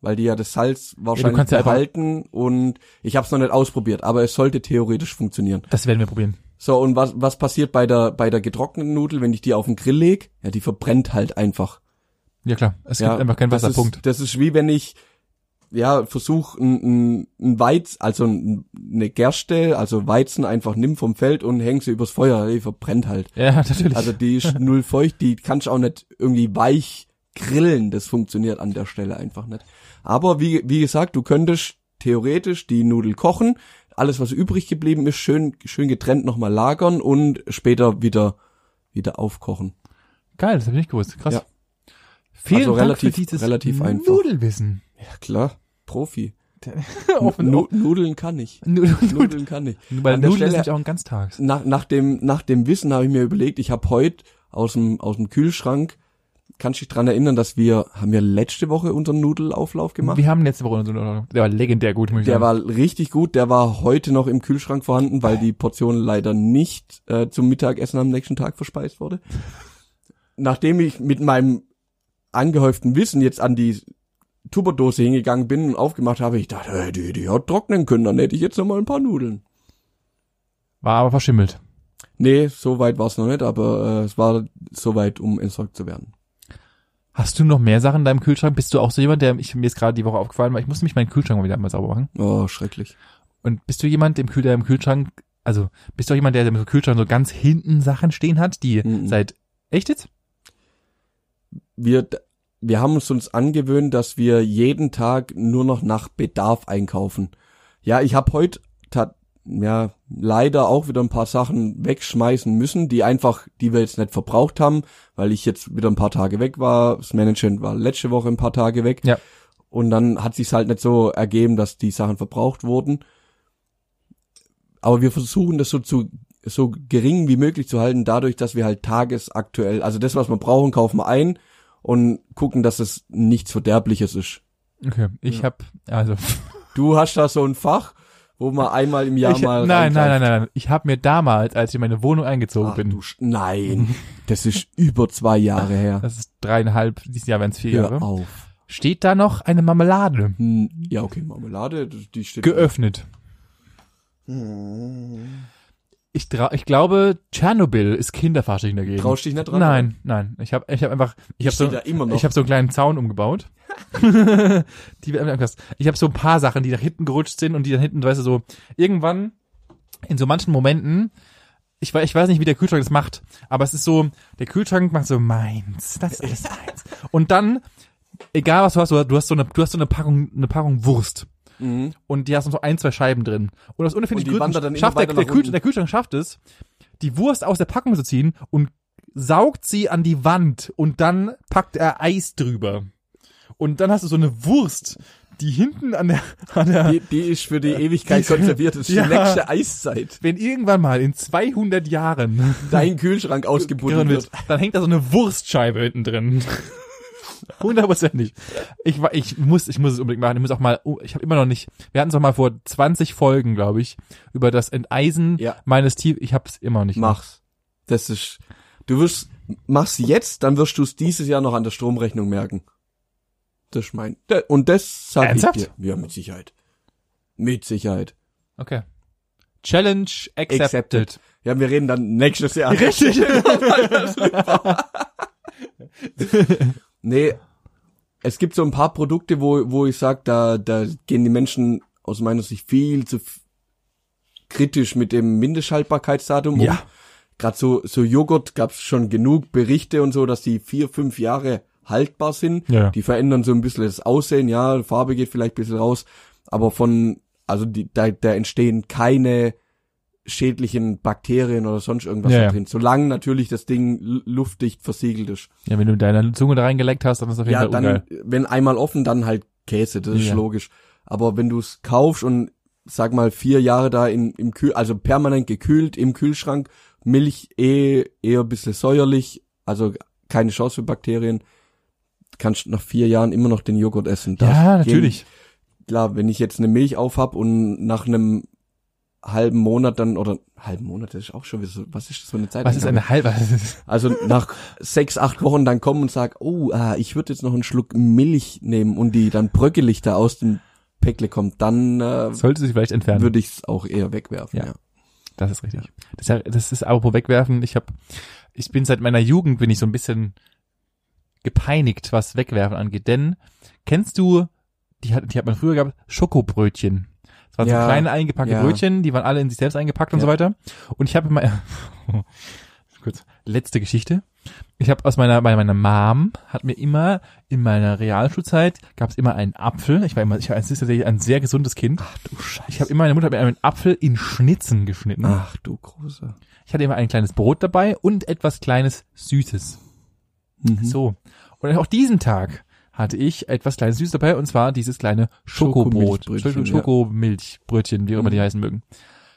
Speaker 3: Weil die ja das Salz wahrscheinlich
Speaker 2: kannst ja einfach-
Speaker 3: behalten und ich habe es noch nicht ausprobiert, aber es sollte theoretisch funktionieren.
Speaker 2: Das werden wir probieren.
Speaker 3: So, und was, was passiert bei der, bei der getrockneten Nudel, wenn ich die auf den Grill leg? Ja, die verbrennt halt einfach.
Speaker 2: Ja klar, es gibt einfach keinen
Speaker 3: das
Speaker 2: Wasserpunkt.
Speaker 3: Ist, das ist wie wenn ich ja versuche ein, ein, ein Weiz, also ein, eine Gerste, also Weizen einfach nimm vom Feld und häng sie übers Feuer, die verbrennt halt.
Speaker 2: Ja, natürlich.
Speaker 3: Also die ist null feucht, die kannst du auch nicht irgendwie weich grillen, das funktioniert an der Stelle einfach nicht. Aber wie, wie gesagt, du könntest theoretisch die Nudel kochen, alles was übrig geblieben ist, schön, schön getrennt nochmal lagern und später wieder, wieder aufkochen.
Speaker 2: Geil, das habe ich nicht gewusst. Krass.
Speaker 3: Ja.
Speaker 2: Vielen
Speaker 3: Also
Speaker 2: Dank
Speaker 3: relativ-
Speaker 2: für dieses
Speaker 3: relativ einfach.
Speaker 2: Nudelwissen.
Speaker 3: Ja klar, Profi.
Speaker 2: Offen-
Speaker 3: Nu Nudeln kann ich.
Speaker 2: Nudeln.
Speaker 3: Nudeln kann ich.
Speaker 2: Weil
Speaker 3: An der
Speaker 2: Nudeln ist
Speaker 3: Stelle-
Speaker 2: nämlich auch ein Ganztags.
Speaker 3: Nach, nach, dem, nach dem Wissen habe ich mir überlegt, ich habe heute aus dem, aus dem Kühlschrank, kannst du dich dran erinnern, dass wir, haben wir letzte Woche unseren Nudelauflauf gemacht?
Speaker 2: Wir haben letzte Woche unseren, der war legendär gut, muss ich
Speaker 3: Der
Speaker 2: sagen.
Speaker 3: war richtig gut, der war heute noch im Kühlschrank vorhanden, weil die Portion leider nicht äh, zum Mittagessen am nächsten Tag verspeist wurde. Nachdem ich mit meinem angehäuften Wissen jetzt an die Tupperdose hingegangen bin und aufgemacht habe, ich dachte, hey, die, die hat trocknen können, dann hätte ich jetzt noch mal ein paar Nudeln.
Speaker 2: war aber verschimmelt.
Speaker 3: Nee, so weit war es noch nicht, aber äh, es war so weit, um entsorgt zu werden.
Speaker 2: Hast du noch mehr Sachen in deinem Kühlschrank? Bist du auch so jemand, der, ich, mir ist gerade die Woche aufgefallen, weil ich muss nämlich meinen Kühlschrank mal wieder einmal sauber machen.
Speaker 3: Oh, schrecklich.
Speaker 2: Und bist du jemand, im Kühl, der im Kühlschrank, also bist du auch jemand, der im Kühlschrank so ganz hinten Sachen stehen hat, die
Speaker 3: Mhm.
Speaker 2: seit echt jetzt?
Speaker 3: Wir, wir haben es uns angewöhnt, dass wir jeden Tag nur noch nach Bedarf einkaufen. Ja, ich habe heute ta- ja, leider auch wieder ein paar Sachen wegschmeißen müssen, die einfach, die wir jetzt nicht verbraucht haben, weil ich jetzt wieder ein paar Tage weg war. Das Management war letzte Woche ein paar Tage weg.
Speaker 2: Ja.
Speaker 3: Und dann hat sich's halt nicht so ergeben, dass die Sachen verbraucht wurden. Aber wir versuchen das so zu so gering wie möglich zu halten, dadurch, dass wir halt tagesaktuell, also das, was wir brauchen, kaufen wir ein und gucken, dass es nichts Verderbliches ist.
Speaker 2: Okay, ich
Speaker 3: Ja.
Speaker 2: hab also
Speaker 3: Du hast da so ein Fach, wo man einmal im Jahr
Speaker 2: ich,
Speaker 3: mal
Speaker 2: nein, nein,
Speaker 3: reinkauft.
Speaker 2: nein, nein, nein, ich habe mir damals, als ich in meine Wohnung eingezogen
Speaker 3: Ach,
Speaker 2: bin,
Speaker 3: du Sch- nein, das ist über zwei Jahre her.
Speaker 2: das ist dreieinhalb, dieses Jahr wären es vier
Speaker 3: Hör
Speaker 2: Jahre,
Speaker 3: auf.
Speaker 2: steht da noch eine Marmelade
Speaker 3: Hm, ja, okay, Marmelade, die steht.
Speaker 2: geöffnet.
Speaker 3: Hm.
Speaker 2: Ich, trau- ich glaube, Tschernobyl ist Kinderfasching dagegen.
Speaker 3: Traust dich nicht dran?
Speaker 2: Nein, nein. Ich habe ich hab einfach, ich habe
Speaker 3: Ich
Speaker 2: so,
Speaker 3: steh da immer noch.
Speaker 2: ich hab so einen kleinen Zaun umgebaut. die wird einfach angepasst. Ich habe so ein paar Sachen, die nach hinten gerutscht sind und die dann hinten, weißt du, so irgendwann in so manchen Momenten, ich, wei- ich weiß nicht, wie der Kühlschrank das macht, aber es ist so, der Kühlschrank macht so meins, das ist alles meins. Und dann, egal was du hast, du hast- du hast so eine, du hast so eine Packung, eine Packung Wurst
Speaker 3: Mhm.
Speaker 2: und die hast noch so ein, zwei Scheiben drin. Und aus unerfindlichen
Speaker 3: Und die wandert dann
Speaker 2: Gründen
Speaker 3: immer
Speaker 2: schafft der,
Speaker 3: weiter
Speaker 2: der,
Speaker 3: nach
Speaker 2: Kühl,
Speaker 3: unten.
Speaker 2: der Kühlschrank schafft es, die Wurst aus der Packung zu ziehen und saugt sie an die Wand und dann packt er Eis drüber. Und dann hast du so eine Wurst, die hinten an der, an der
Speaker 3: Die, die ist für die Ewigkeit
Speaker 2: Die-
Speaker 3: konserviert. Das ist
Speaker 2: Ja.
Speaker 3: die nächste Eiszeit.
Speaker 2: wenn irgendwann mal in 200 Jahren
Speaker 3: Dein Kühlschrank ausgebunden
Speaker 2: gerührt
Speaker 3: wird.
Speaker 2: wird, dann hängt da so eine Wurstscheibe hinten drin. Hundertprozentig. Ich, wa- ich muss, ich muss es unbedingt machen. Ich muss auch mal, oh, ich habe immer noch nicht, wir hatten es doch mal vor 20 Folgen, glaube ich, über das Enteisen
Speaker 3: Ja.
Speaker 2: meines Tief, ich habe es immer noch nicht.
Speaker 3: Mach's. Das ist, du wirst, mach's jetzt, dann wirst du es dieses Jahr noch an der Stromrechnung merken. Das ist mein, da- und das sag ich
Speaker 2: Ernsthaft?
Speaker 3: dir. Ja, mit Sicherheit. Mit Sicherheit.
Speaker 2: Okay. Challenge accepted.
Speaker 3: Accepted. Ja, wir reden dann nächstes Jahr.
Speaker 2: Richtig.
Speaker 3: Nee, es gibt so ein paar Produkte, wo, wo ich sag, da, da gehen die Menschen aus meiner Sicht viel zu f- kritisch mit dem Mindesthaltbarkeitsdatum um.
Speaker 2: Ja.
Speaker 3: Gerade so, so Joghurt gab's schon genug Berichte und so, dass die vier, fünf Jahre haltbar sind.
Speaker 2: Ja.
Speaker 3: Die verändern so ein bisschen das Aussehen, ja, Farbe geht vielleicht ein bisschen raus, aber von, also die, da, da entstehen keine schädlichen Bakterien oder sonst irgendwas
Speaker 2: Ja,
Speaker 3: da
Speaker 2: ja.
Speaker 3: drin, solange natürlich das Ding lu- luftdicht versiegelt ist.
Speaker 2: Ja, wenn du mit deiner Zunge da reingeleckt hast, dann ist das auf jeden
Speaker 3: Ja,
Speaker 2: Fall
Speaker 3: dann,
Speaker 2: ungeil.
Speaker 3: wenn einmal offen, dann halt Käse, das ist
Speaker 2: Ja.
Speaker 3: logisch. Aber wenn du es kaufst und sag mal vier Jahre da in, im Kühl, also permanent gekühlt im Kühlschrank, Milch eh, eher ein bisschen säuerlich, also keine Chance für Bakterien, kannst nach vier Jahren immer noch den Joghurt essen. Das
Speaker 2: Ja,
Speaker 3: geht.
Speaker 2: natürlich.
Speaker 3: Klar, wenn ich jetzt eine Milch aufhab und nach einem halben Monat dann, oder halben Monat, das ist auch schon wieder so, was ist das für eine Zeit?
Speaker 2: Was ist eine halbe? was ist-
Speaker 3: Also nach sechs, acht Wochen dann kommen und sag, oh, ah, ich würde jetzt noch einen Schluck Milch nehmen und die dann bröckelig da aus dem Päckle kommt, dann äh,
Speaker 2: Sollte sich vielleicht entfernen.
Speaker 3: würde ich es auch eher wegwerfen.
Speaker 2: Ja.
Speaker 3: Ja.
Speaker 2: Das ist richtig. Das, ist ja- das ist apropos wegwerfen. Ich habe, ich bin seit meiner Jugend bin ich so ein bisschen gepeinigt, was Wegwerfen angeht. Denn kennst du, die hat, die hat man früher gehabt, Schokobrötchen. Das waren so
Speaker 3: Ja,
Speaker 2: kleine eingepackte
Speaker 3: ja.
Speaker 2: Brötchen, die waren alle in sich selbst eingepackt und
Speaker 3: Ja.
Speaker 2: so weiter. Und ich habe immer, kurz, letzte Geschichte. Ich habe aus meiner, bei meiner Mom hat mir immer in meiner Realschulzeit gab es immer einen Apfel. Ich war immer, ich war tatsächlich ein sehr gesundes Kind.
Speaker 3: Ach du Scheiße.
Speaker 2: Ich habe immer, meine Mutter hat mir einen Apfel in Schnitzen geschnitten.
Speaker 3: Ach du Großer.
Speaker 2: Ich hatte immer ein kleines Brot dabei und etwas kleines Süßes.
Speaker 3: Mhm.
Speaker 2: So. Und auch diesen Tag hatte ich etwas kleines Süßes dabei und zwar dieses kleine Schokobrot.
Speaker 3: Schokomilchbrötchen, Mhm.
Speaker 2: Schoko- Schokomilchbrötchen, wie auch immer die heißen mögen.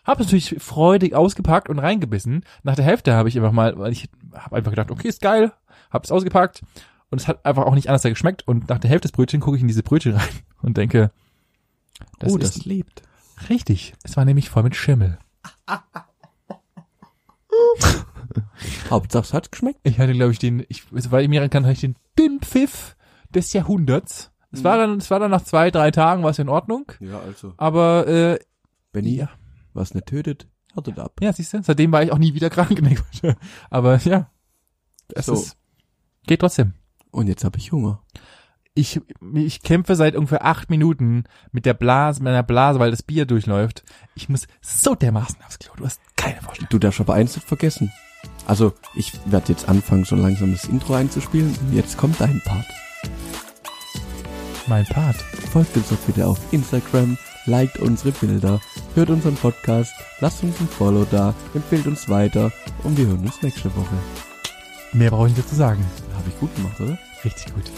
Speaker 2: Hab es natürlich freudig ausgepackt und reingebissen. Nach der Hälfte habe ich einfach mal, weil ich habe einfach gedacht, okay, ist geil, habe es ausgepackt und es hat einfach auch nicht anders geschmeckt. Und nach der Hälfte des Brötchen gucke ich in diese Brötchen rein und denke, das
Speaker 3: oh,
Speaker 2: ist
Speaker 3: das lebt.
Speaker 2: richtig. Es war nämlich voll mit Schimmel.
Speaker 3: Hauptsache es hat geschmeckt.
Speaker 2: Ich hatte, glaube ich, den, ich, also, weil ich mir erinnern kann, hatte ich den Dünnpfiff des Jahrhunderts.
Speaker 3: Mhm.
Speaker 2: Es war dann, es war dann nach zwei, drei Tagen war es in Ordnung.
Speaker 3: Ja, also.
Speaker 2: Aber äh,
Speaker 3: Benny,
Speaker 2: ja,
Speaker 3: was nicht tötet, härtet ab.
Speaker 2: ja, siehst du, seitdem war ich auch nie wieder krank. Nee, Quatsch. Aber ja, es
Speaker 3: So.
Speaker 2: ist, geht trotzdem.
Speaker 3: Und jetzt habe ich Hunger.
Speaker 2: Ich, ich kämpfe seit ungefähr acht Minuten mit der Blase, meiner Blase, weil das Bier durchläuft. Ich muss so dermaßen aufs Klo. Du hast keine Vorstellung.
Speaker 3: Du darfst aber eins nicht vergessen. Also, ich werde jetzt anfangen, so langsam das Intro einzuspielen. Jetzt kommt dein Part.
Speaker 2: Mein Part.
Speaker 3: Folgt uns doch bitte auf Instagram, liked unsere Bilder, hört unseren Podcast, lasst uns ein Follow da, empfehlt uns weiter und wir hören uns nächste Woche.
Speaker 2: Mehr brauche ich nicht dazu sagen.
Speaker 3: Habe ich gut gemacht, oder?
Speaker 2: Richtig gut.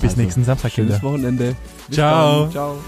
Speaker 2: Bis
Speaker 3: Also,
Speaker 2: nächsten Samstag,
Speaker 3: Schönes
Speaker 2: Kinder.
Speaker 3: Wochenende. Bis
Speaker 2: Ciao.
Speaker 3: Ciao.